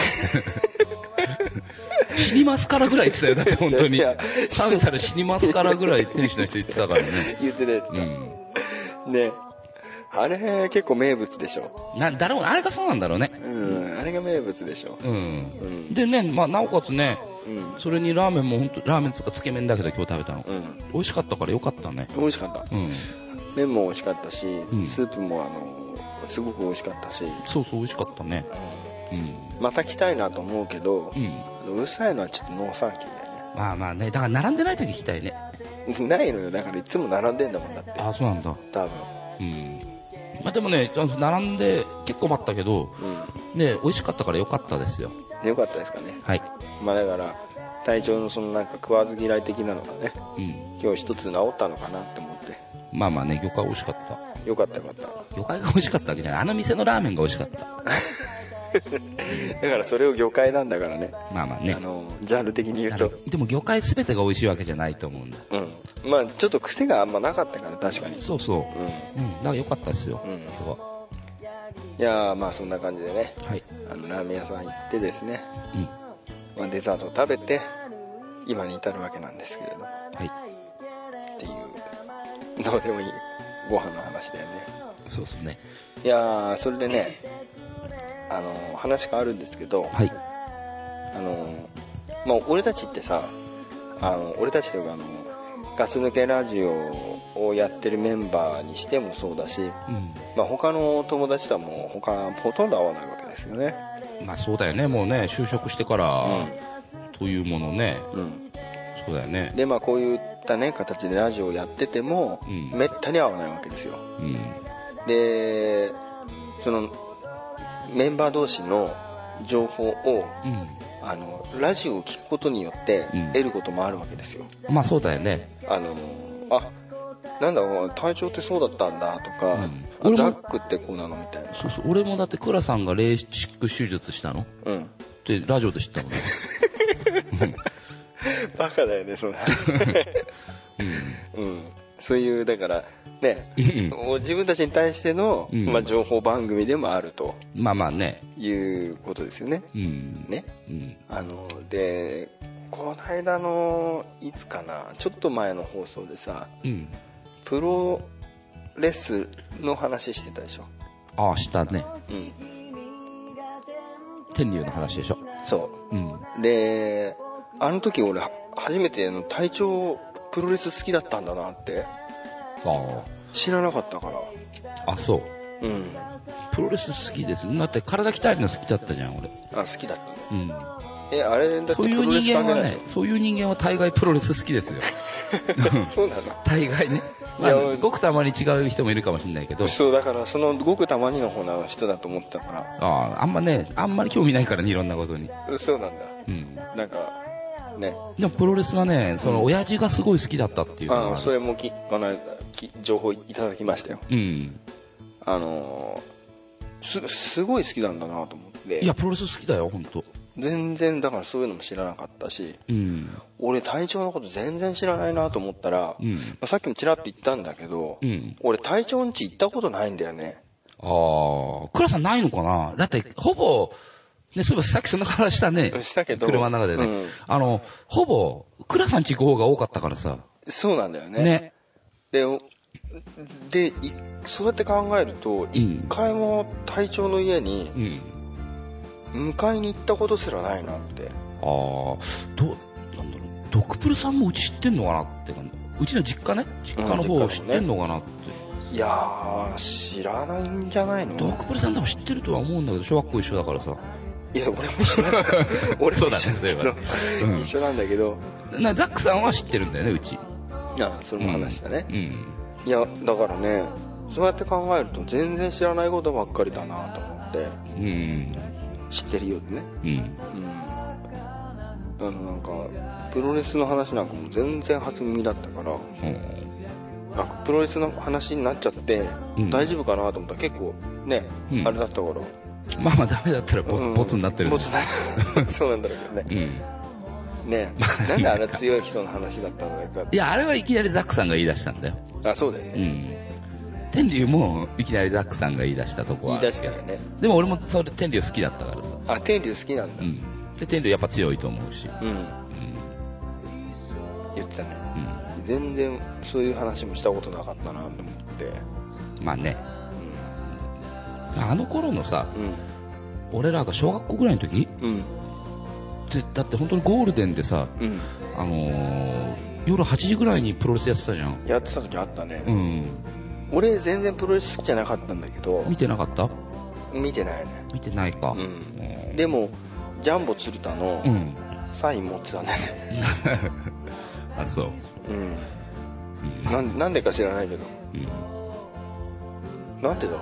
Speaker 4: 死にますからぐらい言ってたよ、だって本当
Speaker 3: い
Speaker 4: に
Speaker 3: や。
Speaker 4: 単たる死にますからぐらい店主の人言ってたからね。
Speaker 3: 言ってた言って
Speaker 4: う
Speaker 3: た、
Speaker 4: ん。
Speaker 3: ねあれ結構名物でしょ
Speaker 4: な、だろう、あれがそうなんだろうね。
Speaker 3: うんあれが名物でしょ
Speaker 4: うん。
Speaker 3: うん
Speaker 4: でね、まあ、なおかつね、
Speaker 3: うん
Speaker 4: それにラーメンも本当ラーメンつうかつけ麺だけど今日食べたの。
Speaker 3: うん
Speaker 4: 美味しかったからよかったね。
Speaker 3: 美味しかった
Speaker 4: うん。
Speaker 3: 麺も美味しかったし、
Speaker 4: ん
Speaker 3: スープもあのすごく美味しかったし
Speaker 4: そうそう、美味しかったね。
Speaker 3: また来たいなと思うけど、う
Speaker 4: う。
Speaker 3: ん
Speaker 4: うん。
Speaker 3: るさいのはちょっと農産機だよね
Speaker 4: まあまあね、だから並んでない時行きたいね。
Speaker 3: ないのよだからいつも並んでんだもんだって
Speaker 4: ああ、そうなんだ。
Speaker 3: 多分
Speaker 4: うん。まあでもね、ちゃんと並んで結構待ったけど、ね、美味しかったからよかったですよ。
Speaker 3: うんよかったですかね
Speaker 4: はい。
Speaker 3: まあだから体調のそのなんか食わず嫌い的なのがね
Speaker 4: うん。
Speaker 3: 今日一つ治ったのかなって思って
Speaker 4: まあまあね、魚介美味しかった。
Speaker 3: よかったよかった
Speaker 4: 魚介が美味しかったわけじゃない。あの店のラーメンが美味しかった。
Speaker 3: だからそれを魚介なんだからね
Speaker 4: まあまあね
Speaker 3: あ。のジャンル的に言うと
Speaker 4: でも魚介全てが美味しいわけじゃないと思うんだ。
Speaker 3: うんまあちょっと癖があんまなかったから確かに
Speaker 4: そうそう
Speaker 3: う。んい
Speaker 4: うん、だから良かったですよ、
Speaker 3: うん
Speaker 4: 今日は。
Speaker 3: やーまあそんな感じでね
Speaker 4: はい。
Speaker 3: あのラーメン屋さん行ってですね、
Speaker 4: うん。
Speaker 3: まあ、デザートを食べて今に至るわけなんですけれど
Speaker 4: はい。
Speaker 3: っていうどうでもいいご飯の話だよね
Speaker 4: そうですね。
Speaker 3: いやーそれでねあのー話変わるんですけど、
Speaker 4: はい。
Speaker 3: あのーまあ、俺たちってさあの俺たちというかあのガス抜けラジオをやってるメンバーにしてもそうだし、
Speaker 4: う
Speaker 3: まあ、他の友達とはもう他ほとんど会わないわけですよね
Speaker 4: ん。まあそうだよね、もうね、就職してから、というものね、
Speaker 3: うん
Speaker 4: そうだよね。
Speaker 3: でまあこういったね形でラジオをやってても、
Speaker 4: うん
Speaker 3: めったに会わないわけですよ
Speaker 4: うん。
Speaker 3: でそのメンバー同士の情報を
Speaker 4: うん。
Speaker 3: あのラジオを聞くことによって
Speaker 4: うん
Speaker 3: 得ることもあるわけですよ、
Speaker 4: まあそうだよね。
Speaker 3: あのあなんだ体調ってそうだったんだとか、あ
Speaker 4: 俺も
Speaker 3: ザックってこうなのみたいな
Speaker 4: そうそう。俺もだって、倉さんがレーシック手術したのっ
Speaker 3: うん
Speaker 4: て、ラジオで 知ったのね。
Speaker 3: バカだよねそんな うんそういうだからね
Speaker 4: うん
Speaker 3: 自分たちに対しての、
Speaker 4: うん
Speaker 3: まあ、情報番組でもあると
Speaker 4: まあまあね。
Speaker 3: いうことですよね
Speaker 4: うん。
Speaker 3: ね
Speaker 4: うん。
Speaker 3: あのでこの間のいつかなちょっと前の放送でさ
Speaker 4: うん。
Speaker 3: プロレスの話してたでしょ
Speaker 4: ああ、したね。
Speaker 3: うん
Speaker 4: 天竜の話でしょ。
Speaker 3: そ
Speaker 4: うん。
Speaker 3: うであの時俺は初めての体調プロレス好きだったんだなって
Speaker 4: あ
Speaker 3: 知らなかったから
Speaker 4: あ。あ、そ
Speaker 3: う
Speaker 4: う。
Speaker 3: ん
Speaker 4: プロレス好きです。だって体鍛えるの好きだったじゃん、俺。
Speaker 3: あ好きだったね
Speaker 4: うん。
Speaker 3: えあれだって
Speaker 4: そ
Speaker 3: プ
Speaker 4: うい
Speaker 3: ロ
Speaker 4: う
Speaker 3: レス
Speaker 4: 人間
Speaker 3: 関係
Speaker 4: は
Speaker 3: ない
Speaker 4: ね、そういう人間は大概プロレス好きですよ。
Speaker 3: の そうなの
Speaker 4: 大概ね。ま
Speaker 3: い
Speaker 4: あ
Speaker 3: や俺、
Speaker 4: ごくたまに違う人もいるかもしれないけど、
Speaker 3: そうだからそのごくたまにの方の人だと思ってたか
Speaker 4: あああんまね、あんまり興味ないからね、いろんなことに。
Speaker 3: らそうなん
Speaker 4: うん。
Speaker 3: だなんかね
Speaker 4: でもプロレスはね、その親父がすごい好きだったっていうのがあ
Speaker 3: あ
Speaker 4: る
Speaker 3: あそれもきこの間き情報いただきましたよ
Speaker 4: うん。
Speaker 3: あのーすすごい好きなんだなと思って
Speaker 4: いや、プロレス好きだよ、本当
Speaker 3: 全然だからそういうのも知らなかったし
Speaker 4: うん。
Speaker 3: 俺体調のこと全然知らないなと思ったら、
Speaker 4: うん
Speaker 3: まあさっきもちらっと言ったんだけど、
Speaker 4: うん
Speaker 3: 俺体調んち行ったことないんだよね
Speaker 4: ああ、倉さんないのかなだって、ほぼ、ね、そういえばさっきそんな話したね。
Speaker 3: したけど
Speaker 4: 車の中でね。
Speaker 3: うん
Speaker 4: あの、ほぼ、倉さんち行く方が多かったからさ。
Speaker 3: そうなんだよね
Speaker 4: ね。
Speaker 3: でおでいそうやって考えると
Speaker 4: ん
Speaker 3: 一回も体調の家に
Speaker 4: うん。
Speaker 3: 迎えに行ったことすらないなって
Speaker 4: あーどうなんだろうドクプルさんもうち知ってんのかなって感じうちの実家ね実家の
Speaker 3: うん実家の
Speaker 4: 方
Speaker 3: ね
Speaker 4: 知ってんのかなって、
Speaker 3: いやー知らないんじゃないの
Speaker 4: ドクプルさん多分知ってるとは思うんだけど小学校一緒だからさ
Speaker 3: いや俺も一緒 なんだ俺も一緒なんだけ
Speaker 4: そ
Speaker 3: ど
Speaker 4: うだねそういえばねうん
Speaker 3: 一緒なんだけど
Speaker 4: なザックさんは知ってるんだよねうち
Speaker 3: あそれも話したね、
Speaker 4: うん
Speaker 3: いやだからねそうやって考えると全然知らないことばっかりだなと思って
Speaker 4: うん
Speaker 3: 知ってるようでね
Speaker 4: うん
Speaker 3: うんあのなんかプロレスの話なんかも全然初耳だったからなんかプロレスの話になっちゃって
Speaker 4: うん
Speaker 3: 大丈夫かなと思ったら結構ね、
Speaker 4: うん
Speaker 3: あれだったから
Speaker 4: まあまあダメだったらボツ,、
Speaker 3: うん
Speaker 4: ボツになってるん
Speaker 3: ボ
Speaker 4: だ
Speaker 3: ツになそうなんだろうけど
Speaker 4: う
Speaker 3: ね
Speaker 4: ん
Speaker 3: ねなんであれ強い人の話だったのか
Speaker 4: いやあれはいきなりザックさんが言い出したんだよ
Speaker 3: あそうだよね
Speaker 4: うん天竜もいきなりザックさんが言い出したとこ
Speaker 3: 言
Speaker 4: はい
Speaker 3: 出したよね
Speaker 4: でも俺もそれ天竜好きだったからさ
Speaker 3: あ天竜好きなん
Speaker 4: う
Speaker 3: だ
Speaker 4: んで天竜やっぱ強いと思うし
Speaker 3: うん、言ってたね
Speaker 4: う
Speaker 3: 全然そういう話もしたことなかったなと思って
Speaker 4: んまあねあの頃のさ
Speaker 3: う
Speaker 4: 俺らが小学校ぐらいの時
Speaker 3: んうん
Speaker 4: ってだって本当にゴールデンでさ
Speaker 3: うん
Speaker 4: あのー夜8時ぐらいにプロレスやってたじゃん
Speaker 3: やってた時あったね、
Speaker 4: うん
Speaker 3: 俺全然プロレス好きじゃなかったんだけど
Speaker 4: 見てなかった
Speaker 3: 見てないね
Speaker 4: 見てないか
Speaker 3: う
Speaker 4: うん
Speaker 3: んでもジャンボ鶴田の
Speaker 4: うん
Speaker 3: サイン持ってた ね
Speaker 4: あそう
Speaker 3: うんなんなんでか知らないけど
Speaker 4: うん
Speaker 3: なんでだろ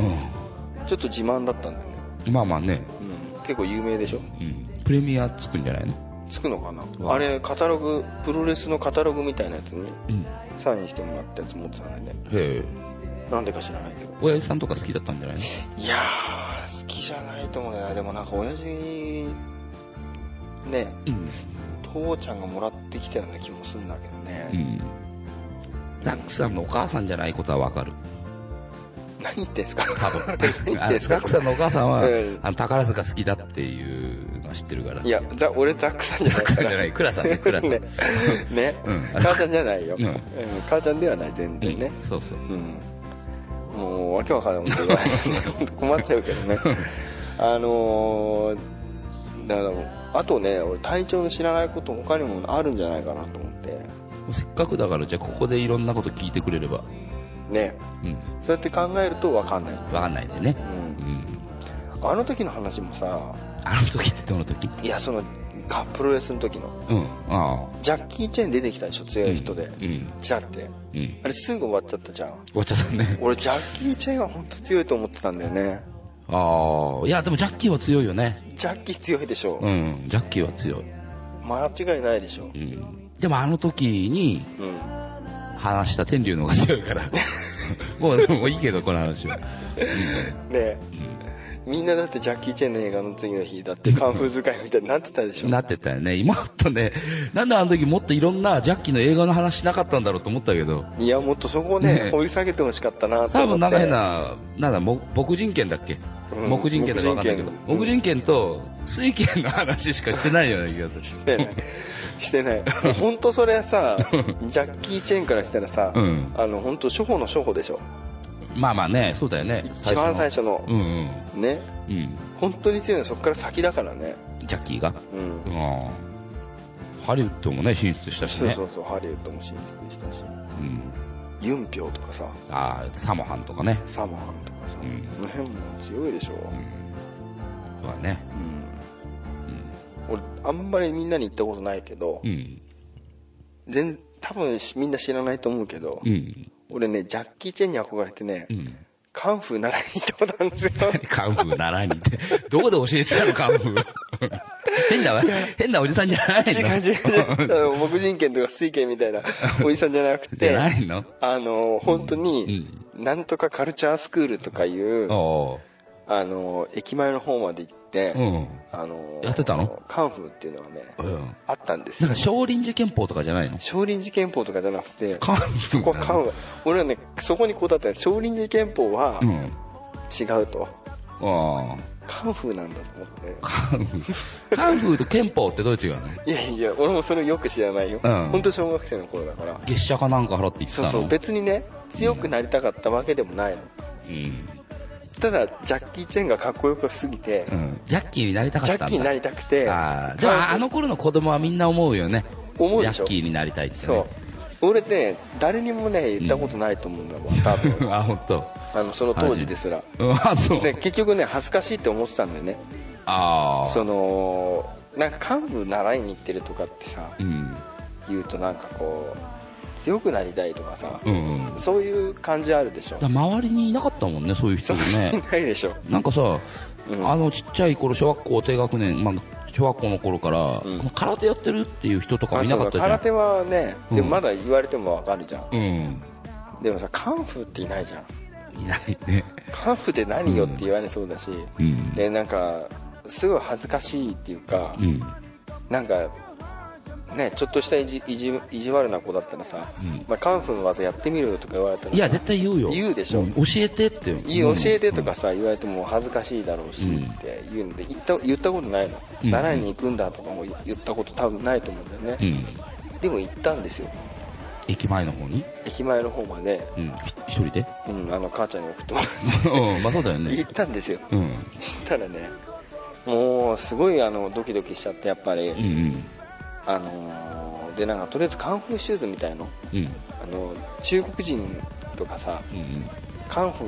Speaker 3: うねちょっと自慢だったんだよね、
Speaker 4: うんまあまあね
Speaker 3: うん、結構有名でしょ
Speaker 4: うんプレミアつくんじゃないの
Speaker 3: つくのかな
Speaker 4: わ
Speaker 3: あれカタログプロレスのカタログみたいなやつに
Speaker 4: うん
Speaker 3: サインしてもらったやつ持ってたんだよね
Speaker 4: へえ
Speaker 3: なんでか知らないけど
Speaker 4: 親父さんとか好きだったんじゃないの
Speaker 3: いやー好きじゃないと思うなでもなんか親父ね
Speaker 4: うん
Speaker 3: 父ちゃんがもらってきたような気もするんだけどね、
Speaker 4: うんザックさんのお母さんじゃないことはわかる
Speaker 3: 何言ってんすか
Speaker 4: 多分あ
Speaker 3: ん
Speaker 4: の
Speaker 3: ですか
Speaker 4: ザックさんのお母さんは、
Speaker 3: うん
Speaker 4: あの宝塚好きだっていうのは知ってるから
Speaker 3: いやザ俺ザックさんじゃ
Speaker 4: ザ
Speaker 3: な
Speaker 4: ッ
Speaker 3: い
Speaker 4: ク
Speaker 3: か
Speaker 4: さんじ
Speaker 3: ら
Speaker 4: ゃないクラさんねクラさ ん、
Speaker 3: ねね、
Speaker 4: うん
Speaker 3: 母ちゃんじゃないよ、
Speaker 4: うん
Speaker 3: うん母ちゃんではない全
Speaker 4: う
Speaker 3: 然
Speaker 4: ん
Speaker 3: ね、
Speaker 4: そうそう
Speaker 3: うんもうわけわかんないこと言われてねほんと困っちゃうけど ねあのーだからあとね俺体調の知らないこと他にもあるんじゃないかなと思って
Speaker 4: もうせっかくだからじゃあここでいろんなこと聞いてくれれば
Speaker 3: ね
Speaker 4: うん
Speaker 3: そうやって考えるとわかんない、う、
Speaker 4: 分かんないんでねうんん
Speaker 3: あの時の話もさ
Speaker 4: あの時ってどの時
Speaker 3: いやそのカプロレスの時の
Speaker 4: うんああ
Speaker 3: ジャッキー・チェン出てきたでしょ強い人で、
Speaker 4: うんうん
Speaker 3: じゃって
Speaker 4: うん
Speaker 3: あれすぐ終わっちゃったじゃん
Speaker 4: 終わっちゃったね
Speaker 3: 俺ジャッキー・チェンは本当強いと思ってたんだよね
Speaker 4: ああいやでもジャッキーは強いよね
Speaker 3: ジャッキー強いでしょ、
Speaker 4: うんジャッキーは強い、
Speaker 3: 間違いないでしょ
Speaker 4: う、ん、でもあの時に
Speaker 3: うん、
Speaker 4: 話した天竜の方が強いから もうもういいけどこの話は
Speaker 3: ねみんなだってジャッキー・チェンの映画の次の日だってカンフー使いみたいになってたでしょ
Speaker 4: なってたよねもっとねなんであの時もっといろんなジャッキーの映画の話しなかったんだろうと思ったけど
Speaker 3: いやもっとそこをね
Speaker 4: ね
Speaker 3: 掘り下げてほしかったなと
Speaker 4: 多
Speaker 3: 思って
Speaker 4: 分なんか変な、なんだ、も牧人犬だっけ、
Speaker 3: うん
Speaker 4: 牧人犬だかわかんないけど、
Speaker 3: 牧人犬
Speaker 4: 牧人犬と水犬の話しかしてないような気がする。
Speaker 3: してないしてないもう本当それはさジャッキー・チェンからしたらさ、
Speaker 4: うん
Speaker 3: あの本当初歩の初歩でしょ
Speaker 4: まあまあね、そうだよね。
Speaker 3: 一番最初の
Speaker 4: の。うんうん。
Speaker 3: ね
Speaker 4: うん。
Speaker 3: 本当に強いのはそこから先だからね
Speaker 4: ジャッキーが。
Speaker 3: うん
Speaker 4: うん。ハリウッドもね、進出したし
Speaker 3: そう
Speaker 4: ね。
Speaker 3: そうそうハリウッドも進出したし
Speaker 4: うん。
Speaker 3: ユンピョウとかさ
Speaker 4: ああ、サモハンとかね。
Speaker 3: サモハンとかさ、
Speaker 4: うん
Speaker 3: この辺も強いでしょ、
Speaker 4: はね。
Speaker 3: 俺あんまりみんなに言ったことないけど、
Speaker 4: うん。
Speaker 3: 全多分しみんな知らないと思うけど、
Speaker 4: うん。
Speaker 3: 俺ねジャッキー・チェンに憧れてね、
Speaker 4: うん。
Speaker 3: カンフー習いに行ったことあるん ですよ
Speaker 4: カンフー習いに行って。どこで教えてたの、カンフー。変な、変なおじさんじゃないの
Speaker 3: 違う違う違う あの牧人犬とか水犬みたいなおじさんじゃなく
Speaker 4: じ
Speaker 3: て
Speaker 4: ゃないの
Speaker 3: あの本当に、なんとかカルチャースクールとかいう、
Speaker 4: お
Speaker 3: あの駅前の方まで行って、
Speaker 4: ーうん。
Speaker 3: あの
Speaker 4: やってたの
Speaker 3: カンフーっていうのはね、
Speaker 4: うん
Speaker 3: あったんです
Speaker 4: なん
Speaker 3: よ
Speaker 4: か少林寺拳法とかじゃないの
Speaker 3: 少林寺拳法とかじゃなくて
Speaker 4: カンフー
Speaker 3: そこはカンフー俺はねそこにこうだったよ少林寺拳法は
Speaker 4: うん。あ
Speaker 3: 違うと、
Speaker 4: あ。
Speaker 3: カンフーなんだと思っ
Speaker 4: カンフー。カンフーと拳法ってどう違うの
Speaker 3: ていやいや俺もそれよく知らないよ、
Speaker 4: うん
Speaker 3: 本当小学生の頃だから
Speaker 4: 月謝かなんか払って行ってた
Speaker 3: そ
Speaker 4: の
Speaker 3: うそう別にね強くなりたかったわけでもないの
Speaker 4: うん。
Speaker 3: ただジャッキー・チェンがかっこよすぎて、
Speaker 4: うん、ジャッキーになりたかっ
Speaker 3: ジ
Speaker 4: た
Speaker 3: ャ
Speaker 4: んだ
Speaker 3: ッキーになりたくて
Speaker 4: あーでも
Speaker 3: 彼女
Speaker 4: あの頃の子供はみんな思うよね
Speaker 3: 思うでし
Speaker 4: ジャ
Speaker 3: ょ
Speaker 4: ッキーになりたいって、ね、
Speaker 3: そう俺ね誰にもね言ったことないと思うんだもん多分
Speaker 4: あ本当。
Speaker 3: あのその当時ですら、
Speaker 4: うんあそう、
Speaker 3: で結局ね恥ずかしいって思ってたんだよね
Speaker 4: ああ
Speaker 3: そのなんか幹部習いに行ってるとかってさ
Speaker 4: うん
Speaker 3: 言うとなんかこう強くなりたいとかさ、
Speaker 4: うんうんだか
Speaker 3: そういう感じあるでしょ
Speaker 4: ら周りにいなかったもんねそういう
Speaker 3: そ
Speaker 4: 人
Speaker 3: う
Speaker 4: が
Speaker 3: い
Speaker 4: ね
Speaker 3: ないでしょ、
Speaker 4: なんかさ、
Speaker 3: うん
Speaker 4: あのちっちゃい頃小学校低学年、まあ、小学校の頃から、
Speaker 3: うん
Speaker 4: 空手やってるっていう人とか
Speaker 3: あ
Speaker 4: もいな
Speaker 3: そう
Speaker 4: かっ
Speaker 3: だ
Speaker 4: たじ
Speaker 3: 空
Speaker 4: ゃん
Speaker 3: 手はね
Speaker 4: うん
Speaker 3: でもまだ言われてもわかるじゃん、
Speaker 4: うん
Speaker 3: でもさカンフーっていないじゃん
Speaker 4: いないね
Speaker 3: カンフーって何よって言われそうだし、
Speaker 4: うん
Speaker 3: でなんかすごい恥ずかしいっていうか、
Speaker 4: うん
Speaker 3: なんかねちょっとした意地意地意地悪な子だったらさ、
Speaker 4: うん
Speaker 3: まあ、カンフーの技やってみろよとか言われたらさ
Speaker 4: いや絶対言うよ
Speaker 3: 言うでしょ
Speaker 4: ん教えてって
Speaker 3: いい教えてとかさ、言われても恥ずかしいだろうし
Speaker 4: うん
Speaker 3: って言うんで言った言ったことないの、
Speaker 4: うん
Speaker 3: 習いに行くんだとかも言ったこと多分ないと思うんだよ
Speaker 4: うん、
Speaker 3: ね、でも行ったんですよ
Speaker 4: 駅前の方に、
Speaker 3: 駅前の方まで、
Speaker 4: うん、ひ一 人で
Speaker 3: うん、あの母ちゃんに送ってもらっ
Speaker 4: うんまあそうだよ
Speaker 3: て
Speaker 4: ね
Speaker 3: 行ったんですよ
Speaker 4: うん
Speaker 3: したらねもうすごいあのドキドキしちゃってやっぱり、
Speaker 4: うんうん
Speaker 3: あのーでなんかとりあえずカンフーシューズみたいの
Speaker 4: うん
Speaker 3: あの中国人とかさ
Speaker 4: うん
Speaker 3: カンフ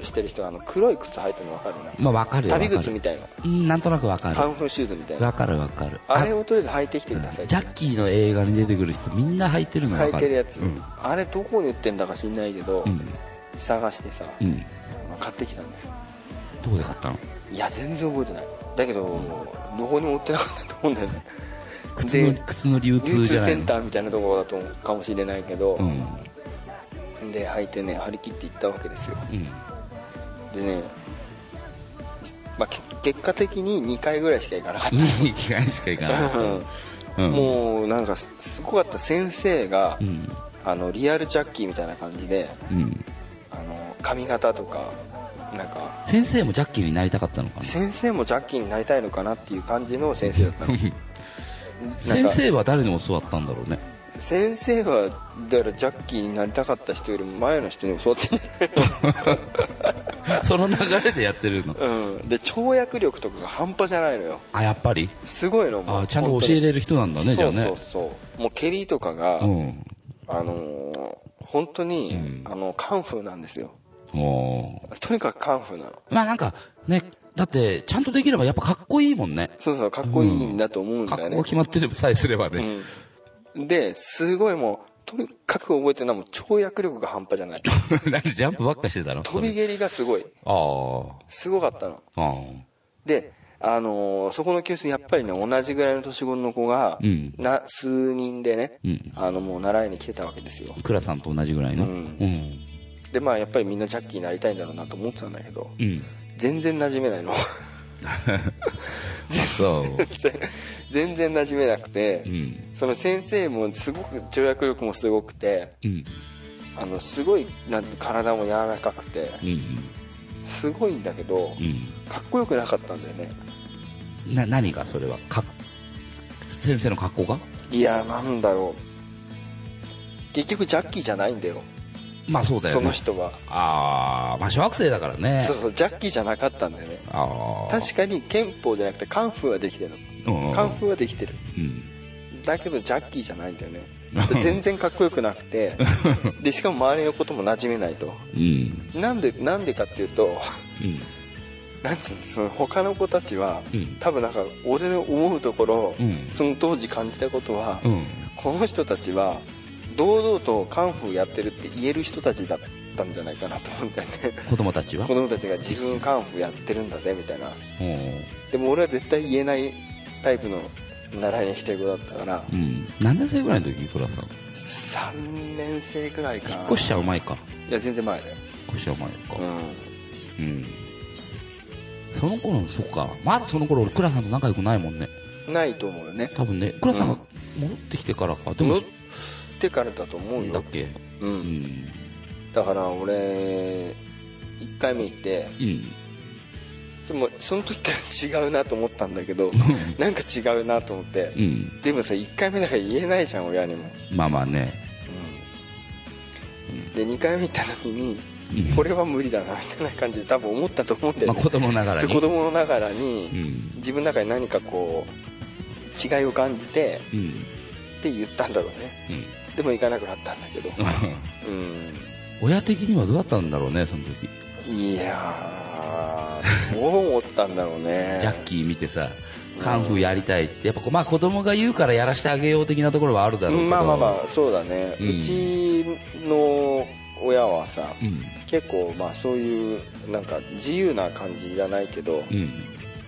Speaker 3: ーしてる人はあの黒い靴履いてるの分かるな
Speaker 4: まあわかるよ
Speaker 3: 旅
Speaker 4: わか
Speaker 3: 靴
Speaker 4: る
Speaker 3: みたいな
Speaker 4: うんなんとなくわか
Speaker 3: カン
Speaker 4: る
Speaker 3: フーシューズみたいな
Speaker 4: わかるわかる
Speaker 3: あれをとりあえず履いてきてください
Speaker 4: ジャッキーの映画に出てくる人みんな履いてるのわ
Speaker 3: 履い
Speaker 4: か
Speaker 3: てるやつ、
Speaker 4: うん
Speaker 3: あれどこに売ってんだか知んないけど、
Speaker 4: うん、
Speaker 3: 探してさ、
Speaker 4: うん、ど
Speaker 3: 買ってきたんです
Speaker 4: こで買ったの
Speaker 3: いや全然覚えてないだけど、どこにも売ってなかったと思うんだよね
Speaker 4: 靴の
Speaker 3: で
Speaker 4: 靴の流
Speaker 3: 流
Speaker 4: 通じ
Speaker 3: 通
Speaker 4: ゃな
Speaker 3: セ
Speaker 4: い
Speaker 3: ン
Speaker 4: の
Speaker 3: ターみたいなところだと思うかもしれないけど、
Speaker 4: うんうん
Speaker 3: で履いてね張り切って行ったわけですよでね、まあ、け結果的に2回ぐらいしか行かなかっ
Speaker 4: 2機会しか行かな
Speaker 3: た、
Speaker 4: い、う ん、
Speaker 3: もうなんかすすごかった先生が、
Speaker 4: うん
Speaker 3: あのリアルジャッキーみたいな感じで
Speaker 4: うん
Speaker 3: あの髪型とかなんか
Speaker 4: 先生もジャッキーになりたかったのかな
Speaker 3: 先生もジャッキーになりたいのかなっていう感じの先生だ ったのなん
Speaker 4: 先
Speaker 3: か
Speaker 4: 生は誰に教わったんだろ うね
Speaker 3: 先生はだからジャッキーになりたかった人よりも前の人に教わってんじゃない
Speaker 4: その流れでやってるの
Speaker 3: うんで跳躍力とかが半端じゃないのよ
Speaker 4: あやっぱり
Speaker 3: すごいのもう
Speaker 4: あちゃんと教えれる人なんだねじゃあ
Speaker 3: そ
Speaker 4: ね
Speaker 3: うそうそうもう蹴りとかが、
Speaker 4: うん
Speaker 3: あのー本当に、
Speaker 4: うん
Speaker 3: あのカンフーなんですよ
Speaker 4: おー
Speaker 3: とにかくカンフーなの
Speaker 4: まあなんかねだってちゃんとできればやっぱかっこいいもんね
Speaker 3: そうそうかっこいいんだと思うんだよ
Speaker 4: 格
Speaker 3: ね、
Speaker 4: 好決まってればさえすればね、
Speaker 3: うんですごいもうとにかく覚えてるのはもう跳躍力が半端じゃない
Speaker 4: なんでジャンプばっかしてたの
Speaker 3: 飛び蹴りがすごい
Speaker 4: あー
Speaker 3: すごかったの
Speaker 4: あ
Speaker 3: であのーそこの教室やっぱりね同じぐらいの年頃の子が、
Speaker 4: うん
Speaker 3: な数人でね、
Speaker 4: うん
Speaker 3: あのもう習いに来てたわけですよ
Speaker 4: ー倉さんと同じぐらいの
Speaker 3: う
Speaker 4: うんん
Speaker 3: でまあやっぱりみんなジャッキーになりたいんだろうなと思ってたんだけど
Speaker 4: うん
Speaker 3: 全然馴染めないの
Speaker 4: そう
Speaker 3: 全然馴染めなくて、
Speaker 4: うん
Speaker 3: その先生もすごく跳躍力もすごくて
Speaker 4: うん
Speaker 3: あのすごいなんて体も柔らかくて
Speaker 4: うん
Speaker 3: すごいんだけど
Speaker 4: うん
Speaker 3: かっこよくなかったんだよね
Speaker 4: な何がそれはか先生の格好が
Speaker 3: いやなんだろう結局ジャッキーじゃないんだよ
Speaker 4: まあそうだよ
Speaker 3: そ
Speaker 4: ね
Speaker 3: の人は、
Speaker 4: ああまあ小学生だからね
Speaker 3: そうそうジャッキーじゃなかったんだよね
Speaker 4: ああ
Speaker 3: 確かに憲法じゃなくてカンフーはできてるの
Speaker 4: に
Speaker 3: カンフーはできてる
Speaker 4: うん
Speaker 3: だけどジャッキーじゃないんだよね全然かっこよくなく てでしかも周りのことも馴染めないと
Speaker 4: うん
Speaker 3: なんでなんでかっていうと
Speaker 4: うん
Speaker 3: なんつうのその他の子たちは、
Speaker 4: うん
Speaker 3: 多分なんか俺の思うところ、
Speaker 4: うん
Speaker 3: その当時感じたことは、
Speaker 4: うん
Speaker 3: この人たちは堂々とカンフーやってるって言える人たちだったんじゃないかなと思うんだよね
Speaker 4: 子供たちは
Speaker 3: 子供たちが自分カンフーやってるんだぜみたいな
Speaker 4: うん
Speaker 3: でも俺は絶対言えないタイプの習いに来てる子だったから
Speaker 4: うん何年生ぐらいの時倉さん
Speaker 3: 3年生くらいか
Speaker 4: 引っ越しちゃう前か
Speaker 3: いや全然前だよ、
Speaker 4: 引っ越しちゃう前か
Speaker 3: うん、
Speaker 4: うんその頃のそっかまだその頃俺倉さんと仲良くないもんね
Speaker 3: ないと思うよね
Speaker 4: 多分ね倉さんが戻ってきてからかで
Speaker 3: 乗
Speaker 4: も
Speaker 3: ってからだと思う
Speaker 4: だっ
Speaker 3: よ、
Speaker 4: け
Speaker 3: う、
Speaker 4: うんん
Speaker 3: だから俺1回目行って
Speaker 4: うん
Speaker 3: でもその時から違うなと思ったんだけ どなんか違うなと思って
Speaker 4: うん
Speaker 3: でもさ1回目だから言えないじゃん親にも、
Speaker 4: まあまあね
Speaker 3: で2回目行った時に
Speaker 4: うん
Speaker 3: これは無理だなみたいな感じで多分思ったと思うんだよ
Speaker 4: まあ、
Speaker 3: ね、
Speaker 4: 子供ながら
Speaker 3: そう
Speaker 4: に
Speaker 3: 子供のながら
Speaker 4: う
Speaker 3: に
Speaker 4: ん
Speaker 3: 自分の中に何かこう違いを感じて
Speaker 4: うん
Speaker 3: って言ったんだろうね
Speaker 4: うん
Speaker 3: でも行かなくなったんだけどうん
Speaker 4: 親的にはどうだったんだろうねその時
Speaker 3: いやーどう思ったんだろうね
Speaker 4: ジャッキー見てさカンフーやりたいってやっぱこう、まあ、子供が言うからやらしてあげよう的なところはあるだろうけど
Speaker 3: まあまあまあそうだね、
Speaker 4: う
Speaker 3: うんちの親はさ
Speaker 4: うん
Speaker 3: 結構まあそういうなんか自由な感じじゃないけど
Speaker 4: うん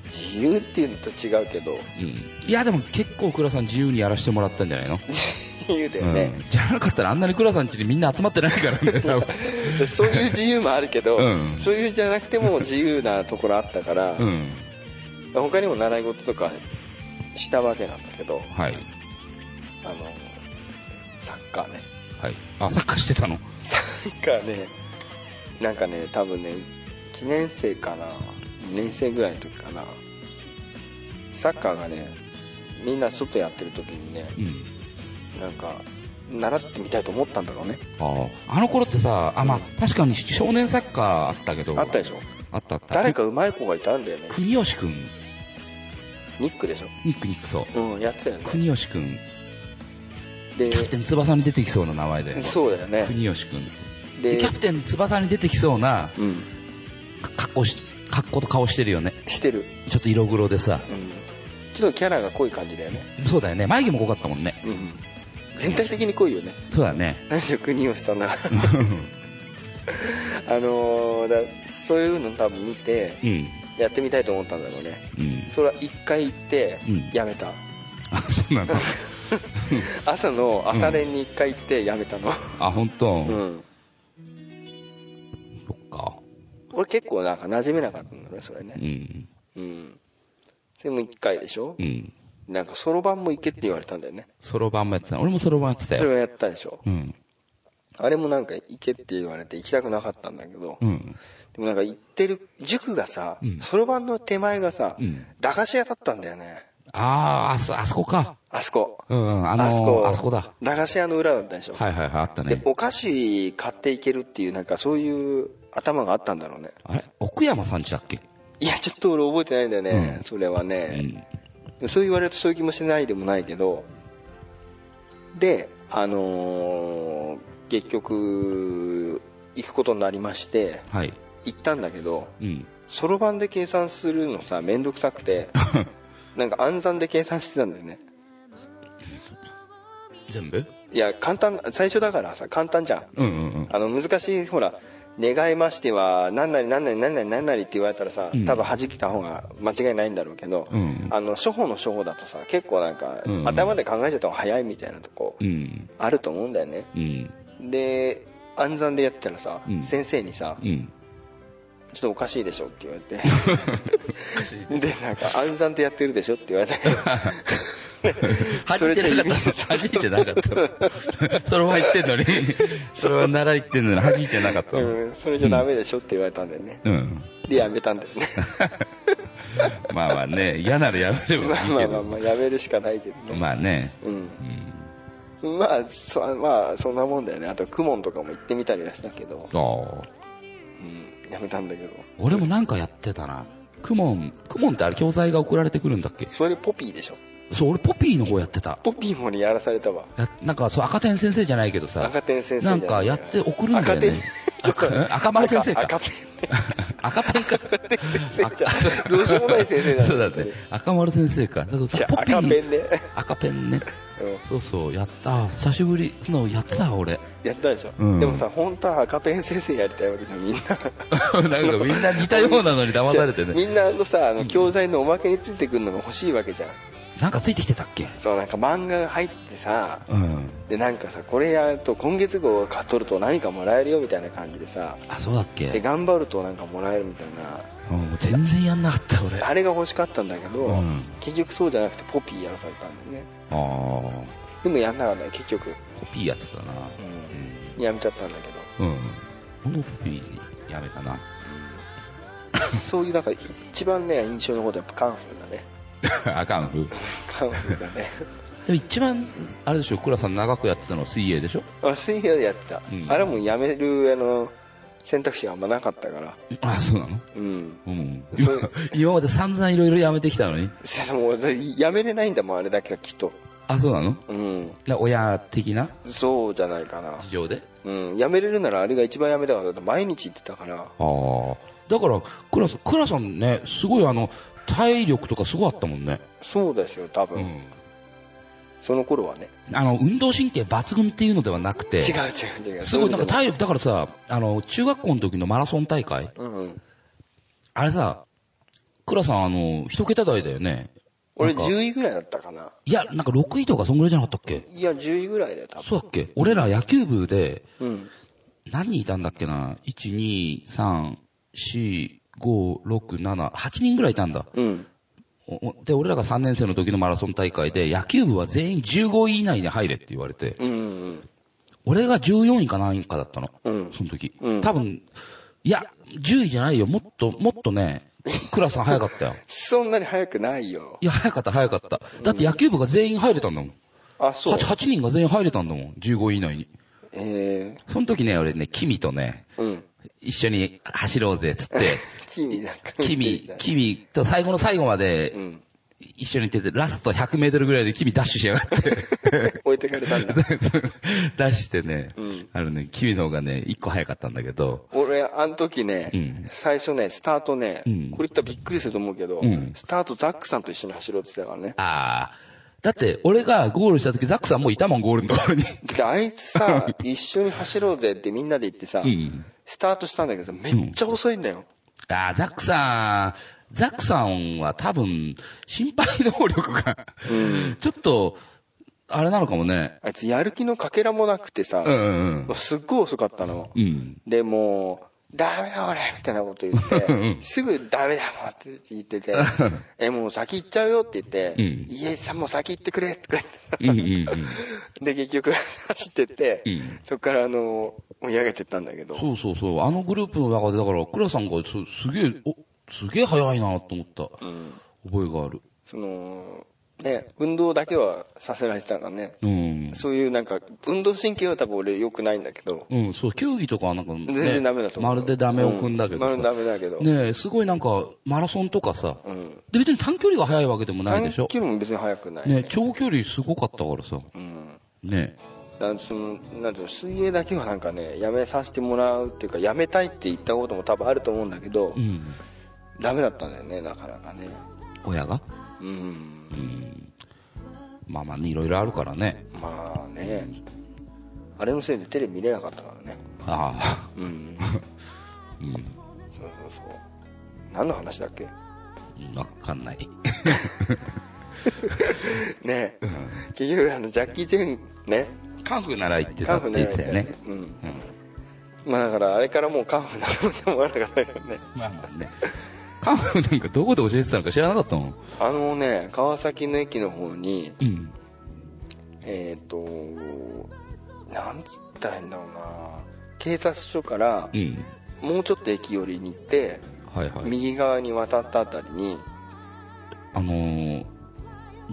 Speaker 3: 自由っていうのと違うけど
Speaker 4: うんいやでも結構倉さん自由にやらせてもらったんじゃないの、
Speaker 3: 自由だよね、
Speaker 4: うんじゃなかったらあんなに倉さん家にみんな集まってないからね多 分
Speaker 3: そういう自由もあるけど、
Speaker 4: うん
Speaker 3: そういうじゃなくても自由なところあったから、
Speaker 4: うん
Speaker 3: 他にも習い事とかしたわけなんだけど
Speaker 4: はい
Speaker 3: あのサッカーね
Speaker 4: はいあサッカーしてたの
Speaker 3: サッカーねなんかね多分ね1年生かな2年生ぐらいの時かなサッカーがねみんな外やってる時にね
Speaker 4: うん
Speaker 3: なんか習ってみたいと思ったんだろうね
Speaker 4: あああの頃ってさあまあ確かに少年サッカーあったけど
Speaker 3: あったでしょ
Speaker 4: あったあった
Speaker 3: 誰かうまい子がいたんだよね
Speaker 4: 国吉君
Speaker 3: ニックでしょ
Speaker 4: ニックニックそう
Speaker 3: うんやってたよね
Speaker 4: 国吉君
Speaker 3: で
Speaker 4: キャプテン翼に出てきそうな名前で
Speaker 3: そうだよね
Speaker 4: 国吉君ってで
Speaker 3: で
Speaker 4: キャプテン翼に出てきそうな
Speaker 3: うん
Speaker 4: か格好し格好と顔してるよね
Speaker 3: してる
Speaker 4: ちょっと色黒でさ
Speaker 3: うんちょっとキャラが濃い感じだよね
Speaker 4: そうだよね眉毛も濃かったもんね
Speaker 3: うん全体的に濃いよ ね
Speaker 4: そうだね
Speaker 3: 何しろ国吉さんだから あのーだそういうの多分見て
Speaker 4: うん
Speaker 3: やってみたいと思ったんだろうね
Speaker 4: うん
Speaker 3: それは一回行って
Speaker 4: うん
Speaker 3: やめた、
Speaker 4: あそうなんだ
Speaker 3: 朝の朝練に一回行ってやめたの
Speaker 4: あ本当、
Speaker 3: うん、
Speaker 4: そっか
Speaker 3: 俺結構なんか馴染めなかったんだねそれ
Speaker 4: う
Speaker 3: ね
Speaker 4: ん
Speaker 3: うんそれも一回でしょ
Speaker 4: う、ん
Speaker 3: なんかそろばんも行けって言われたんだよね
Speaker 4: そろばんもやってた俺もそろばんやってた
Speaker 3: それ
Speaker 4: よ
Speaker 3: はやったでしょ
Speaker 4: うん
Speaker 3: あれもなんか行けって言われて行きたくなかったんだけど、
Speaker 4: うん
Speaker 3: でもなんか行ってる塾がさ
Speaker 4: うん
Speaker 3: そろばんの手前がさ、
Speaker 4: うん
Speaker 3: 駄菓子屋だったんだよね
Speaker 4: あーあそあそこか
Speaker 3: あそこ
Speaker 4: うんうんあのー
Speaker 3: あそこ
Speaker 4: あそこだ
Speaker 3: 駄菓子屋の裏だったでしょ、
Speaker 4: はいはいはいあった
Speaker 3: で
Speaker 4: ね
Speaker 3: お菓子買っていけるっていうなんかそういう頭があったんだろうね
Speaker 4: あれ奥山さんちだっけ
Speaker 3: いやちょっと俺覚えてないんだよね、
Speaker 4: うん
Speaker 3: それは
Speaker 4: う
Speaker 3: ね、
Speaker 4: ん
Speaker 3: そう言われるとそういう気もしないでもないけどであのー結局行くことになりまして
Speaker 4: はい
Speaker 3: 行ったんだけど
Speaker 4: うん
Speaker 3: そろばんで計算するのさ面倒くさく てなんか暗算で計算してたんだよね
Speaker 4: 全部
Speaker 3: いや簡単最初だからさ簡単じゃん
Speaker 4: うんうんうん
Speaker 3: あの難しいほら願いましては何なり何なり何なり何なりって言われたらさ、
Speaker 4: うん
Speaker 3: 多分弾けた方が間違いないんだろうけど、
Speaker 4: うん
Speaker 3: あの初歩の初歩だとさ結構なんか、
Speaker 4: うん
Speaker 3: 頭で考えちゃった方が早いみたいなとこ
Speaker 4: うん
Speaker 3: あると思うんだよね
Speaker 4: うん
Speaker 3: で暗算でやってたらさ、
Speaker 4: うん
Speaker 3: 先生にさ、
Speaker 4: うん
Speaker 3: ちょっとおかしいでしょって言わ れてでなんか暗算でやってるでしょって言 われて
Speaker 4: 初めてなかった
Speaker 3: それ
Speaker 4: 初めてなかった それは言ってん のにそれは習いってんのに初めてなかった
Speaker 3: うん、それじゃダメでしょって言われたんだよね、
Speaker 4: うん
Speaker 3: でやめたんだよね
Speaker 4: まあまあね嫌ならやめれば
Speaker 3: まあ
Speaker 4: いい
Speaker 3: ま
Speaker 4: け
Speaker 3: あまあ
Speaker 4: ど
Speaker 3: まあやめるしかないけどね、
Speaker 4: まあね
Speaker 3: うん
Speaker 4: うん
Speaker 3: まあそ,、まあ、そんなもんだよねあと公文とかも行ってみたりはしたけど、
Speaker 4: ああ
Speaker 3: うん、やめたんだけど
Speaker 4: 俺もなんかやってたなクモンクモンってあれ教材が送られてくるんだっけ
Speaker 3: それポピーでしょ
Speaker 4: そう俺ポピーの方やってた
Speaker 3: ポピーもにやらされたわ
Speaker 4: やなんかそう赤点先生じゃないけどさ
Speaker 3: 赤点先生じゃ
Speaker 4: ないんかやって送るんだよね
Speaker 3: 赤点
Speaker 4: 赤赤丸先生か
Speaker 3: 赤赤ペン
Speaker 4: 赤ペンか
Speaker 3: 赤ペン先生じゃんどうしようもない先生だ
Speaker 4: そうだね赤丸先生かだから
Speaker 3: じゃあ
Speaker 4: ポピー
Speaker 3: 赤ペンで、
Speaker 4: 赤ペンね
Speaker 3: うん
Speaker 4: そうそうやったあ久しぶりそのやってたわ俺
Speaker 3: やったでしょ、
Speaker 4: うん
Speaker 3: でもさ本当は赤ペン先生やりたいわけだみんな
Speaker 4: なんかみんな似たようなのに騙されて
Speaker 3: じゃあ
Speaker 4: ね
Speaker 3: みんなあのさあの教材のおまけについてくるのが欲しいわけじゃん
Speaker 4: なんかついてきてたっけ
Speaker 3: そうなんか漫画が入ってさ
Speaker 4: うん
Speaker 3: でなんかさこれやると今月号を買っとると何かもらえるよみたいな感じでさ
Speaker 4: あそうだっ
Speaker 3: で
Speaker 4: け、
Speaker 3: 頑張るとなんかもらえるみたいな
Speaker 4: うん、もう全然やんなかった俺あ
Speaker 3: あれが欲しかったんだけど、
Speaker 4: うん
Speaker 3: 結局そうじゃなくてポピーやらされたんだよね
Speaker 4: あー
Speaker 3: でもやんなかったよ結局、
Speaker 4: ポピーやってたな
Speaker 3: うん、やめちゃったんだけど
Speaker 4: うん俺もポピーやめたな
Speaker 3: そういうなんか一番ね印象のことはやっぱカンフーだね
Speaker 4: あかんふ
Speaker 3: カンフーだ ね
Speaker 4: でも一番あれでしょ倉さん長くやってたのは水泳でしょ
Speaker 3: あ水泳でやってた、
Speaker 4: うん
Speaker 3: あれもやめるあの選択肢があんまなかったから
Speaker 4: あ、そうなの
Speaker 3: うん
Speaker 4: うん。
Speaker 3: そ
Speaker 4: 今
Speaker 3: う
Speaker 4: 今まで散々いろいろやめてきたのに。
Speaker 3: それもうだやめれないんだもんあれだけはきっと
Speaker 4: あ、そうなの
Speaker 3: うん
Speaker 4: な親的な
Speaker 3: そうじゃないかな
Speaker 4: 事情で
Speaker 3: うんやめれるならあれが一番やめたかっただって毎日行ってたから
Speaker 4: ああ。だから、クラさん、クラさんね、すごいあの、体力とかすごかったもんね。
Speaker 3: そうですよ多分、
Speaker 4: うん。
Speaker 3: その頃はね
Speaker 4: あの、運動神経抜群っていうのではなくて、
Speaker 3: 違う違う違う
Speaker 4: すごいなん
Speaker 3: そ
Speaker 4: か
Speaker 3: う
Speaker 4: 体力、だからさ、あの、中学校の時のマラソン大会、
Speaker 3: いうのもうん
Speaker 4: あれさ、クラさん、あの、一桁台だよね。
Speaker 3: 俺
Speaker 4: なんか
Speaker 3: 10位ぐらいだったかない
Speaker 4: や、なんか6位とかそんぐらいじゃなかったっけ
Speaker 3: いや10位ぐらいだよ多分
Speaker 4: そうだっけ俺ら野球部で、
Speaker 3: うん
Speaker 4: 何人いたんだっけな ?1、2、3、4、5、6、7、8人ぐらいいたんだ。
Speaker 3: うん
Speaker 4: おおで、俺らが3年生の時のマラソン大会で、野球部は全員15位以内に入れって言われて、
Speaker 3: うんうん
Speaker 4: 俺が14位か何位かだったの。
Speaker 3: うん
Speaker 4: その時。
Speaker 3: うん
Speaker 4: 多分、いや、10位じゃないよ。もっと、もっとね、クラさん早かったよ。
Speaker 3: そんなに早くないよ
Speaker 4: いや、早かった、早かった。だって野球部が全員入れたんだもん。
Speaker 3: あそう
Speaker 4: 8, 8人が全員入れたんだもん。15位以内に。
Speaker 3: え
Speaker 4: その時ね、俺ね、君とね、
Speaker 3: ー、うん
Speaker 4: 一緒に走ろうぜ、つ って、
Speaker 3: 君なんか
Speaker 4: 君、君と最後の最後ま
Speaker 3: う
Speaker 4: で
Speaker 3: ん
Speaker 4: 一緒に行ってて、ラスト100メートルぐらいで君ダッシュしやがって。
Speaker 3: 置いてかれたんだ
Speaker 4: ダッシュしてね、
Speaker 3: ん
Speaker 4: あのね、君の方がね、一個早かったんだけど、
Speaker 3: 俺あの時ね、
Speaker 4: うん
Speaker 3: 最初ねスタートね、
Speaker 4: ん
Speaker 3: これ言ったらびっくりすると思うけど、
Speaker 4: うん
Speaker 3: スタートザックさんと一緒に走ろうって言ってたからね
Speaker 4: ああ、だって俺がゴールした時、ザックさんもういたもん、ゴールのところに。
Speaker 3: であいつさ一緒に走ろうぜってみんなで言ってさ、
Speaker 4: ん
Speaker 3: スタートしたんだけどさめっちゃ遅いんだよ、
Speaker 4: ああ、ザックさん、ザックさんは多分、心配能力が、 ちょっと、あれなのかもね。
Speaker 3: あいつやる気のかけらもなくてさ、
Speaker 4: うんうん
Speaker 3: もうすっごい遅かったの、
Speaker 4: うん。うん。
Speaker 3: でもうダメだ俺みたいなこと言ってすぐダメだもんって言っててえもう先行っちゃうよって言って、
Speaker 4: うん
Speaker 3: いえさんもう先行ってくれとか言ってさ
Speaker 4: うんうんうん。
Speaker 3: で結局走ってって、
Speaker 4: うん
Speaker 3: そこからあの追い上げてったんだけど
Speaker 4: そうそうそう。あのグループの中で、だから、倉さんがすすげえ、お、すげえ早いなと思った。覚えがある。
Speaker 3: そのね運動だけはさせられてたからね
Speaker 4: うん。
Speaker 3: そういうなんか運動神経は多分俺良くないんだけど
Speaker 4: うん、そう、球技とかはなんか、ね、
Speaker 3: 全然ダメだと思う、
Speaker 4: まるでダメを組んだけどさ、
Speaker 3: うんまるでダメだけど、
Speaker 4: ねえすごいなんか、マラソンとかさ、
Speaker 3: うん
Speaker 4: で、別に短距離が速いわけでもないでし
Speaker 3: 短
Speaker 4: ょ。
Speaker 3: 距離も別に速くない
Speaker 4: ねえ長距離すごかったからさ、
Speaker 3: うん
Speaker 4: ね
Speaker 3: だそのなんていうの水泳だけはなんかねやめさせてもらうっていうかやめたいって言ったことも多分あると思うんだけど、
Speaker 4: えうん、
Speaker 3: ダメだったんだよねなかなかね
Speaker 4: 親が。
Speaker 3: うん
Speaker 4: まあまあね、いろいろあるからね。
Speaker 3: まあねあれのせいでテレビ見れなかったからね
Speaker 4: ああ、
Speaker 3: うん、そうそうそう何の話だっけ
Speaker 4: うんわかんない。
Speaker 3: ね、結局あのジャッキー・チェンね
Speaker 4: カンフー習いって
Speaker 3: カ
Speaker 4: た
Speaker 3: ンフ
Speaker 4: っ
Speaker 3: ー
Speaker 4: て言っ
Speaker 3: 習
Speaker 4: て
Speaker 3: い
Speaker 4: たよね。
Speaker 3: うん、まあだからあれからもうカンフーなくなもわなかったからね
Speaker 4: まあまあね。カンフーなんかどこで教えてたのか知らなかったもん。
Speaker 3: あのね川崎の駅の方に
Speaker 4: うん。
Speaker 3: えっ、となんつったらいいんだろうな警察署から
Speaker 4: うん。
Speaker 3: もうちょっと駅寄りに行って、
Speaker 4: はいはい。
Speaker 3: 右側に渡ったあたりに
Speaker 4: あのー、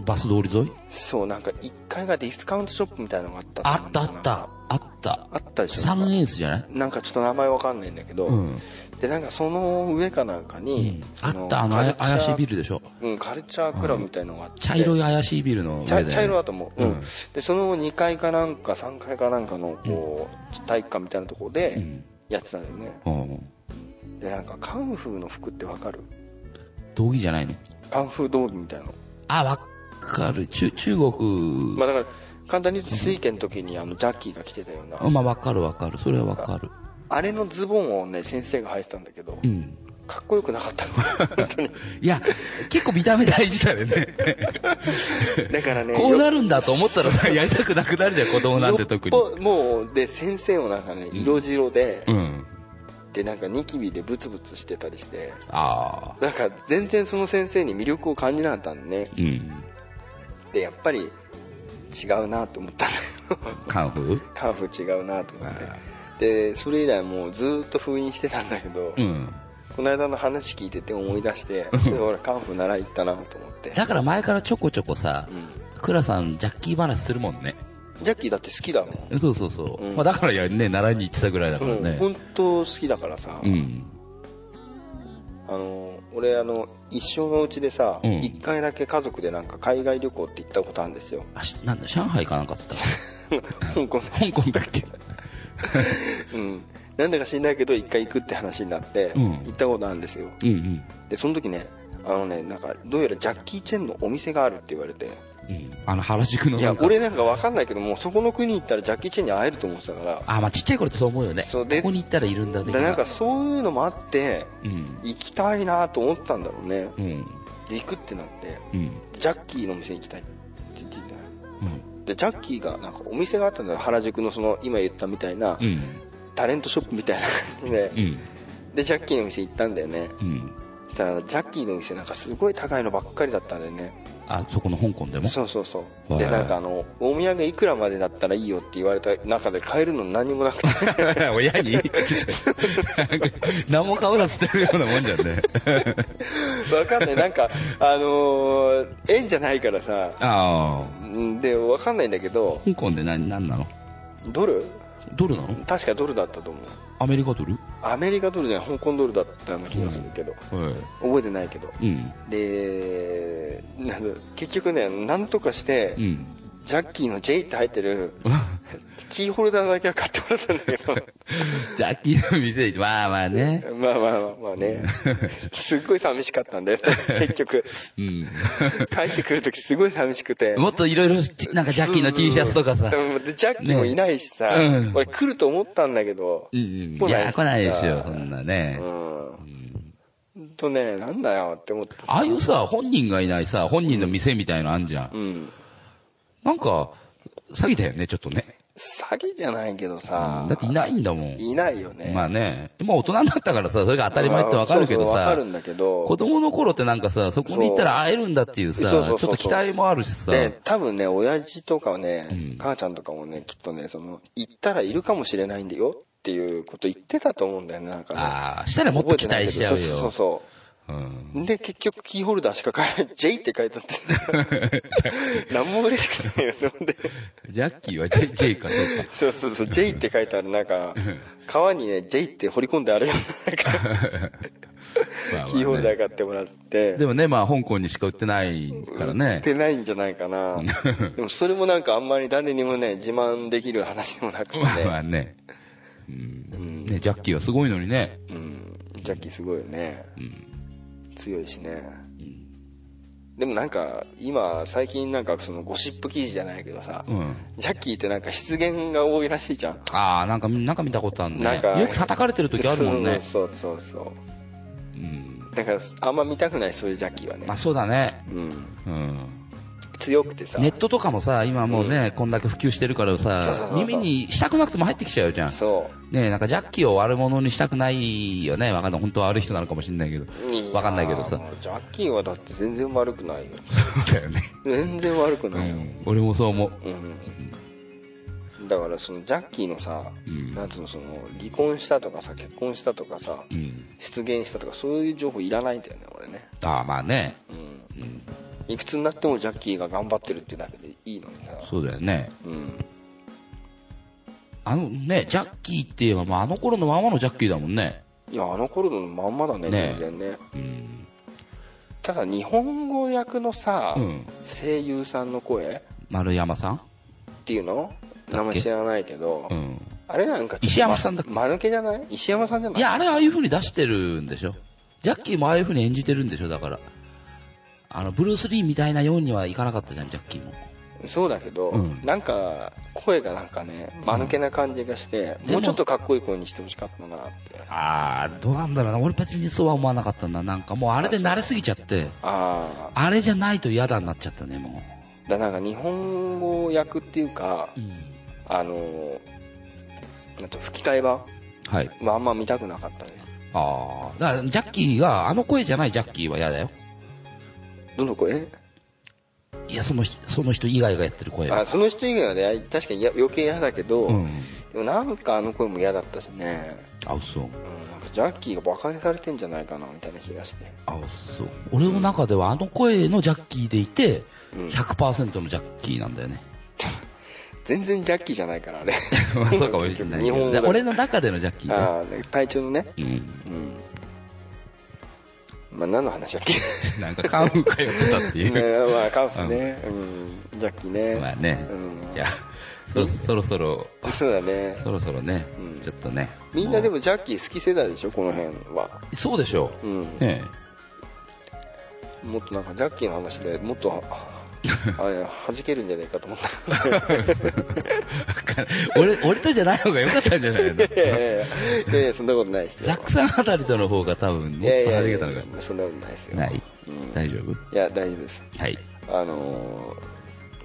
Speaker 4: バス通り沿い
Speaker 3: そうなんか1階がディスカウントショップみたいなのがあった
Speaker 4: あったあ
Speaker 3: なん
Speaker 4: っ
Speaker 3: か
Speaker 4: た。あった。
Speaker 3: あったでし
Speaker 4: サ
Speaker 3: ょ
Speaker 4: ンエースじゃない
Speaker 3: なんかちょっと名前わかんないんだけど、
Speaker 4: うん。
Speaker 3: でなんかその上かなんかに、
Speaker 4: あ
Speaker 3: そ
Speaker 4: った、あの、あや
Speaker 3: カルチャー
Speaker 4: 怪しいビルでしょ。
Speaker 3: うん、カルチャークラブみたいなのがあって
Speaker 4: 茶色い怪しいビルの上
Speaker 3: 茶
Speaker 4: で。
Speaker 3: 茶色だと思う、うん
Speaker 4: うん
Speaker 3: でその2階かなんか3階かなんかのこう、体育館みたいなところ
Speaker 4: う
Speaker 3: で
Speaker 4: ん。
Speaker 3: やってたんだよね、
Speaker 4: うん
Speaker 3: でなんかカンフーの服ってわかる
Speaker 4: 道着じゃないの
Speaker 3: カンフー道着みたいなの、
Speaker 4: あ、わかる。中、中国。
Speaker 3: まあ、だから簡単に言うと水拳の時にあのジャッキーが着てたような、
Speaker 4: まあ、わかるわかる。それはわかる。
Speaker 3: あれのズボンをね先生が履いてたんだけど
Speaker 4: うん。
Speaker 3: かっこよくなかったの 本当に
Speaker 4: いや、結構見た目大事だよ ね。
Speaker 3: だからね
Speaker 4: こうな
Speaker 3: よ
Speaker 4: るんだと思ったらさ、やりたくなくなるじゃん、子供なんて特に
Speaker 3: よ。っぽもうで先生もなんかね色白で、
Speaker 4: うん。
Speaker 3: でなんかニキビでブツブツしてたりして
Speaker 4: ああ。
Speaker 3: なんか全然その先生に魅力を感じなかったんでね
Speaker 4: うん。
Speaker 3: でやっぱり違うなと思ったん だよ
Speaker 4: カンフー
Speaker 3: カンフー違うなと思っ
Speaker 4: あ
Speaker 3: てでそれ以来もうずーっと封印してたんだけど、
Speaker 4: うん。
Speaker 3: この間の話聞いてて思い出してそれ俺カンフー習い行ったなと思って
Speaker 4: だから前からちょこちょこさ、
Speaker 3: うん
Speaker 4: クラさん、ジャッキー話するもんね。
Speaker 3: ジャッキーだって好きだもん
Speaker 4: そうそうそう、
Speaker 3: うん
Speaker 4: まあ、だからや、ね、習いに行ってたぐらいだから
Speaker 3: うん、
Speaker 4: ね
Speaker 3: 本当好きだからさ、
Speaker 4: うん、
Speaker 3: あの俺あの一生のうちでさ、
Speaker 4: うん
Speaker 3: 一回だけ家族でなんか海外旅行って行ったことあるんですよ
Speaker 4: あしなんだ上海かなんかっつった
Speaker 3: 香港です
Speaker 4: 香港だっけ
Speaker 3: うんなんだか知んないけど一回行くって話になって、
Speaker 4: うん
Speaker 3: 行ったことあるんですよ
Speaker 4: うんうん
Speaker 3: でその時ねあのねなんかどうやらジャッキー・チェンのお店があるって言われて
Speaker 4: うん、あの原宿の
Speaker 3: い
Speaker 4: な
Speaker 3: や
Speaker 4: んか
Speaker 3: 俺なんか分かんないけどもうそこの国行ったらジャッキー・チェンに会えると思ってたから
Speaker 4: あまあちっちゃい頃ってそう思うよね
Speaker 3: そう
Speaker 4: こ
Speaker 3: で
Speaker 4: こに行ったらいるんだね
Speaker 3: でなんかそういうのもあって
Speaker 4: うん
Speaker 3: 行きたいなと思ったんだろうね
Speaker 4: うん
Speaker 3: で行くってなって
Speaker 4: うん
Speaker 3: ジャッキーのお店行きたいって言ってたよ
Speaker 4: うん
Speaker 3: でジャッキーがなんかお店があったんだよ原宿のその今言ったみたいな、
Speaker 4: うん
Speaker 3: タレントショップみたいな感じで、
Speaker 4: うん
Speaker 3: でジャッキーの店行ったんだよね
Speaker 4: うん
Speaker 3: そしたらジャッキーの店なんかすごい高いのばっかりだったんだよね
Speaker 4: あそこの香港でも
Speaker 3: そうそうそ
Speaker 4: へ
Speaker 3: う
Speaker 4: え
Speaker 3: でなんかあのお土産いくらまでだったらいいよって言われた中で買えるの何もなくて
Speaker 4: 親になんか何も買うなっつってるようなもんじゃんね
Speaker 3: わかんないなんかあのー縁じゃないからさ
Speaker 4: あ
Speaker 3: うんでわかんないんだけど
Speaker 4: あ香港で何何なの
Speaker 3: ドル
Speaker 4: ドルなの
Speaker 3: 確かドルだったと思う
Speaker 4: アメリカドル
Speaker 3: アメリカドルじゃない香港ドルだったような気がするけど、
Speaker 4: は
Speaker 3: 覚えてないけど
Speaker 4: いうん
Speaker 3: でなんだ結局ねなんとかして、
Speaker 4: うん
Speaker 3: ジャッキーの J って入ってるキーホルダーだけは買ってもらったんだけ
Speaker 4: ジャッキーの店行ってまあまあね
Speaker 3: どまあまあまあまあねすっごい寂しかったん だよ結局
Speaker 4: うん
Speaker 3: 帰ってくるときすごい寂しくて
Speaker 4: もっといろいろなんかジャッキーの T シャツとかさ
Speaker 3: うんでジャッキーもいないしさ、
Speaker 4: ねうん
Speaker 3: 俺来ると思ったんだけど、
Speaker 4: うんうんいや来ないですよそんな
Speaker 3: う
Speaker 4: ね
Speaker 3: ん、うん、とねなんだよって思って
Speaker 4: ああいうさ、本人がいないさ、本人の店みたいのあんじゃん。
Speaker 3: うん
Speaker 4: なんか、詐欺だよね、ちょっとね。
Speaker 3: 詐欺じゃないけどさ、
Speaker 4: だっていないんだもん。
Speaker 3: いないよね、
Speaker 4: まあね。もう大人になったからさ、それが当たり前ってわかるけど
Speaker 3: そうそうわか
Speaker 4: さ
Speaker 3: る、んだけど
Speaker 4: 子供の頃ってなんかさ、そこに行ったら会えるんだっていう
Speaker 3: そう
Speaker 4: さ、ち
Speaker 3: そ
Speaker 4: ょ
Speaker 3: う
Speaker 4: っ
Speaker 3: そうそう
Speaker 4: と期待もあるしさ、
Speaker 3: で多分ね親父とかはね、
Speaker 4: うん
Speaker 3: 母ちゃんとかもねきっとねその行ったらいるかもしれないんだよっていうこと言ってたと思うんだよねなんかね
Speaker 4: ああ、したらもっと期待しちゃうよ。
Speaker 3: 覚えてないけどそうそうそう
Speaker 4: うん
Speaker 3: そうで結局キーホルダーしか買えない J って書いてあって 何も嬉しくないよと思って
Speaker 4: ジャッキーは J, J かどうか。
Speaker 3: そうそうそう J って書いてあるなんか川にね J って掘り込んであるような なんか
Speaker 4: まあまあね
Speaker 3: キーホルダー買ってもらって
Speaker 4: でもね、まあ香港にしか売ってないから
Speaker 3: 売
Speaker 4: ね
Speaker 3: っ。てないんじゃないか なでもそれもなんかあんまり誰にもね自慢できる話でもなくて
Speaker 4: ま あまあね。うんね、ジャッキーはすごいのにね。
Speaker 3: うんジャッキーすごいよね、
Speaker 4: うん。
Speaker 3: 強いしね
Speaker 4: ん
Speaker 3: でもなんか今最近なんかそのゴシップ記事じゃないけどさ、
Speaker 4: うん。
Speaker 3: ジャッキーってなんか失言が多いらしいじゃん
Speaker 4: ああ、なんか、なんか見たことあるね。
Speaker 3: なんか
Speaker 4: よく叩かれてる時あるもんね。
Speaker 3: そうそうそうそ
Speaker 4: うん。
Speaker 3: うだからあんま見たくないそういうジャッキーはね、
Speaker 4: まあそうだね。
Speaker 3: うん、
Speaker 4: うん。
Speaker 3: 強くてさ
Speaker 4: ネットとかもさ、今もうね、こんだけ普及してるから
Speaker 3: そうそうそう
Speaker 4: さ
Speaker 3: そ、う
Speaker 4: 耳にしたくなくても入ってきちゃうじゃん。
Speaker 3: そ
Speaker 4: ねえなんかジャッキーを悪者にしたくないよね。わかんない。本当は悪い人なのかもしれないけど
Speaker 3: う。
Speaker 4: わかんないけどさ
Speaker 3: や。ーもうジャッキーはだって全然悪くないよ
Speaker 4: そうだよね。
Speaker 3: 全然悪く
Speaker 4: う
Speaker 3: ないよ、
Speaker 4: ん。俺もそう思う。
Speaker 3: うん、だからそのジャッキーのさ、
Speaker 4: うん
Speaker 3: なんつうのその離婚したとかさ結婚したとかさ、
Speaker 4: うん。
Speaker 3: 失言したとかそういう情報いらないんだよね俺ね、
Speaker 4: ああ、まあね。
Speaker 3: うんいくつになってもジャッキーが頑張ってるってだけでいいのにさ
Speaker 4: そうだよね。
Speaker 3: うん
Speaker 4: あのね、ジャッキーって言えば、まああの頃のままのジャッキーだもんね。
Speaker 3: いやあの頃のまんまだね
Speaker 4: ねえ
Speaker 3: 全然ね
Speaker 4: うん。
Speaker 3: ただ日本語訳のさ、
Speaker 4: うん。
Speaker 3: 声優さんの声っ
Speaker 4: 丸山さん
Speaker 3: ていうの
Speaker 4: け
Speaker 3: 名前知らないけど、
Speaker 4: うん。
Speaker 3: あれなんかちょっと
Speaker 4: 石山さんだっけ
Speaker 3: ま間抜けじゃない石山さんじゃない
Speaker 4: いや、あれああいう風に出してるんでしょ。ジャッキーもああいう風に演じてるんでしょ、だから。あの、ブルース・リーみたいなようにはいかなかったじゃん、ジャッキーも。
Speaker 3: そうだけど、
Speaker 4: うん
Speaker 3: なんか声がなんかね間抜けな感じがして、
Speaker 4: うん
Speaker 3: もうちょっとかっこいい声にしてほしかったなって
Speaker 4: ああ、どうなんだろうな。俺別にそうは思わなかったんだ。なんかもうあれで慣れすぎちゃって、
Speaker 3: あ
Speaker 4: あれじゃないと嫌だになっちゃったね、も
Speaker 3: あだからなんか日本語訳っていうか
Speaker 4: う。うん。
Speaker 3: あのーなんと吹き替え版
Speaker 4: はい。
Speaker 3: はあんま見たくなかったね
Speaker 4: ああ。だから、ジャッキーが、あの声じゃないジャッキーは嫌だよ。
Speaker 3: どの声
Speaker 4: いや、その人、その人以外がやってる声は。
Speaker 3: あその人以外はね確かにや余計嫌だけど、
Speaker 4: うん。
Speaker 3: でもなんかあの声も嫌だったしね、
Speaker 4: あ、そう。
Speaker 3: うん、なんかジャッキーがバカにされてんじゃないかなみたいな気がして
Speaker 4: あ、そう。俺の中ではあの声のジャッキーでいて、
Speaker 3: うん
Speaker 4: 100%のジャッキーなんだよね。
Speaker 3: 全然ジャッキーじゃないからね
Speaker 4: まあ そうかもしれないけ
Speaker 3: 日本
Speaker 4: ど
Speaker 3: 語
Speaker 4: だ俺の中でのジャッキーね
Speaker 3: ああ体調のね
Speaker 4: うん
Speaker 3: うんまあ何の話だっけ
Speaker 4: なんかカンフー通ってたってい
Speaker 3: ね
Speaker 4: う
Speaker 3: まあカンフね、うん、ジャッキーね、
Speaker 4: まあね
Speaker 3: うん
Speaker 4: じゃあそそろそろ
Speaker 3: そうだね
Speaker 4: そろそろね
Speaker 3: うん
Speaker 4: ちょっとね
Speaker 3: みんなで
Speaker 4: も
Speaker 3: もジャッキー好き世代でしょこの辺は
Speaker 4: うそうでしょ
Speaker 3: うん
Speaker 4: うね
Speaker 3: もっとなんかジャッキーの話でもっ とはあれ弾けるんじゃないかと思った
Speaker 4: え 俺俺とじゃない方が良かったんじ ゃないの
Speaker 3: いやいやいやいやそんなことないですよ
Speaker 4: ザックさんあたりとの方が多分もっ
Speaker 3: いやい
Speaker 4: と
Speaker 3: や
Speaker 4: 弾
Speaker 3: い
Speaker 4: け
Speaker 3: や
Speaker 4: たのか
Speaker 3: そんなことないですよ
Speaker 4: ない
Speaker 3: うん
Speaker 4: 大丈夫
Speaker 3: いや大丈夫です
Speaker 4: はい
Speaker 3: あの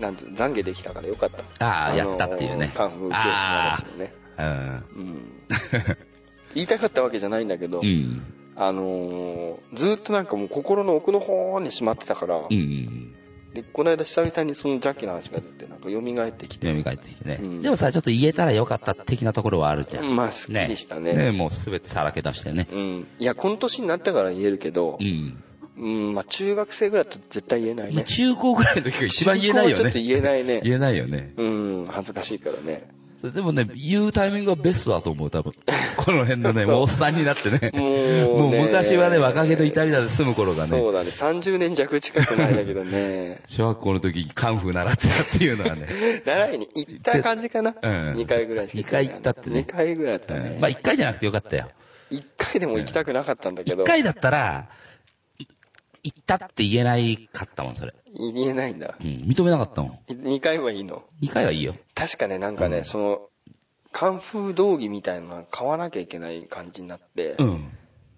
Speaker 3: ーなんていうの懺悔できたからよかった
Speaker 4: あ
Speaker 3: の
Speaker 4: あ
Speaker 3: ー
Speaker 4: やったっていうね
Speaker 3: カンフー教室の話もね
Speaker 4: うん
Speaker 3: うん言いたかったわけじゃないんだけど、
Speaker 4: うん
Speaker 3: あのーずーっとなんかもう心の奥の方にしまってたから、
Speaker 4: うんうん
Speaker 3: でこの間久々にそのジャッキーの話が出てなんか蘇ってきて、
Speaker 4: 蘇ってきてね、
Speaker 3: うん
Speaker 4: でもさちょっと言えたらよかった的なところはあるじゃん、
Speaker 3: まあすっきりしたね
Speaker 4: ねもう全てさらけ出してね
Speaker 3: うん、いやこの年になったから言えるけど
Speaker 4: う、ん、
Speaker 3: うんまあ、中学生ぐらいだと絶対言えない
Speaker 4: まあ
Speaker 3: ね
Speaker 4: 中高ぐらいの時が一番言えない
Speaker 3: 中
Speaker 4: よ
Speaker 3: 高
Speaker 4: ね
Speaker 3: はちょっと言えないね
Speaker 4: 言えないよね
Speaker 3: うん恥ずかしいからね
Speaker 4: でもね言うタイミングはベストだと思う多分この辺 のね もうおっさんになってね
Speaker 3: もうね
Speaker 4: もう昔はね若気の至りだで住む頃が
Speaker 3: そ
Speaker 4: ね
Speaker 3: うだね30年弱近くないんだけどね
Speaker 4: 小学校の時カンフー習ってたっていうのはね、
Speaker 3: 習いに行った感じかな、
Speaker 4: うん
Speaker 3: 2回ぐらいしか
Speaker 4: 二回行ったってね
Speaker 3: 2回ぐらいだった
Speaker 4: う
Speaker 3: ね
Speaker 4: ん、まあ一回じゃなくてよかったよ
Speaker 3: 1回でも行きたくなかったんだけど、
Speaker 4: 一回だったらい行ったって言えないかったもんそれ、
Speaker 3: 言えないんだ
Speaker 4: うん、認めなかったもん
Speaker 3: 2回はいいの
Speaker 4: 二回はいいよ
Speaker 3: 確かねなんかね、そのカンフー道着みたいなの買わなきゃいけない感じになって、
Speaker 4: うん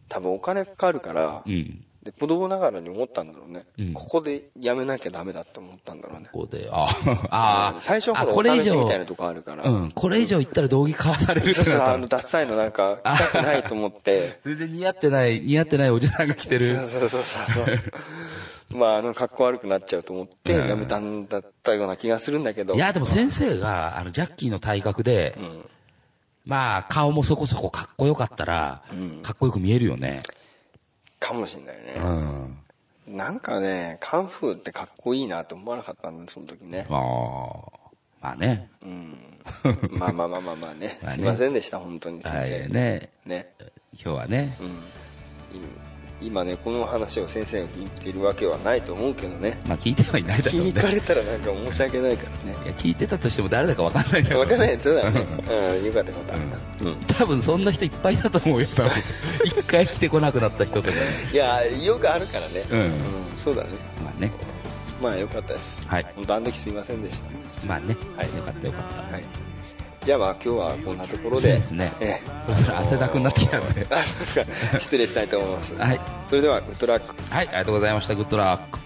Speaker 3: 多分お金かかるから、
Speaker 4: うん
Speaker 3: で子供ながらに思ったんだろうね、
Speaker 4: うん
Speaker 3: ここでやめなきゃダメだって思ったんだろうね
Speaker 4: ここで、ああー、
Speaker 3: 最初は
Speaker 4: あ
Speaker 3: ほ
Speaker 4: こ
Speaker 3: ら
Speaker 4: れ
Speaker 3: お試
Speaker 4: 以
Speaker 3: し
Speaker 4: 上
Speaker 3: みたいなとこあるから、
Speaker 4: うん、これ以上言ったら道着買わされるって
Speaker 3: そうそう
Speaker 4: な
Speaker 3: あ
Speaker 4: った
Speaker 3: のダッサいのなんか着たくないと思って
Speaker 4: それで似合ってない、似合ってないおじさんが着て
Speaker 3: そう
Speaker 4: る。
Speaker 3: そうそう そうまああの格好悪くなっちゃうと思って
Speaker 4: うん
Speaker 3: やめたんだったような気がするんだけど
Speaker 4: いや、でも先生が、あの、ジャッキーの体格で
Speaker 3: う、ん
Speaker 4: まあ、顔もそこそこかっこよかったら
Speaker 3: ん、
Speaker 4: かっこよく見えるよね。
Speaker 3: かもしんないね
Speaker 4: うん。、あ
Speaker 3: なんかねカンフーってかっこいいなと思わなかったんだその時ね
Speaker 4: あー、まあね。
Speaker 3: うんまあまあまあまあまあね
Speaker 4: まあね
Speaker 3: すいませんでした本当に先
Speaker 4: は
Speaker 3: 生、
Speaker 4: い、ね。
Speaker 3: ね
Speaker 4: 今日はね
Speaker 3: う、ん今今ねこの話を先生が言っているわけはないと思うけどね
Speaker 4: まあ聞いてはいない だろうね。
Speaker 3: 聞かれたらなんか申し訳ないからね
Speaker 4: いや、聞いてたとしても誰だかわかんないよ。
Speaker 3: 分かんないやつだねうんよかったよかった、うん
Speaker 4: 多分そんな人いっぱいだと思うよ、多分。一回来てこなくなった人とかね。
Speaker 3: いやよくあるからね
Speaker 4: うん
Speaker 3: んそうだね
Speaker 4: まあね。
Speaker 3: まあよかったです
Speaker 4: はい。
Speaker 3: 本当あの時すいませんでした
Speaker 4: まあね、
Speaker 3: はい
Speaker 4: よかったよかった。
Speaker 3: はいじゃあまあ今日はこんなところで
Speaker 4: そうですね
Speaker 3: え
Speaker 4: そろそろ汗だくになってきたので。
Speaker 3: えあそうですか失礼したいと思います、
Speaker 4: はい。
Speaker 3: それではグッドラック
Speaker 4: はい、ありがとうございました。グッドラック。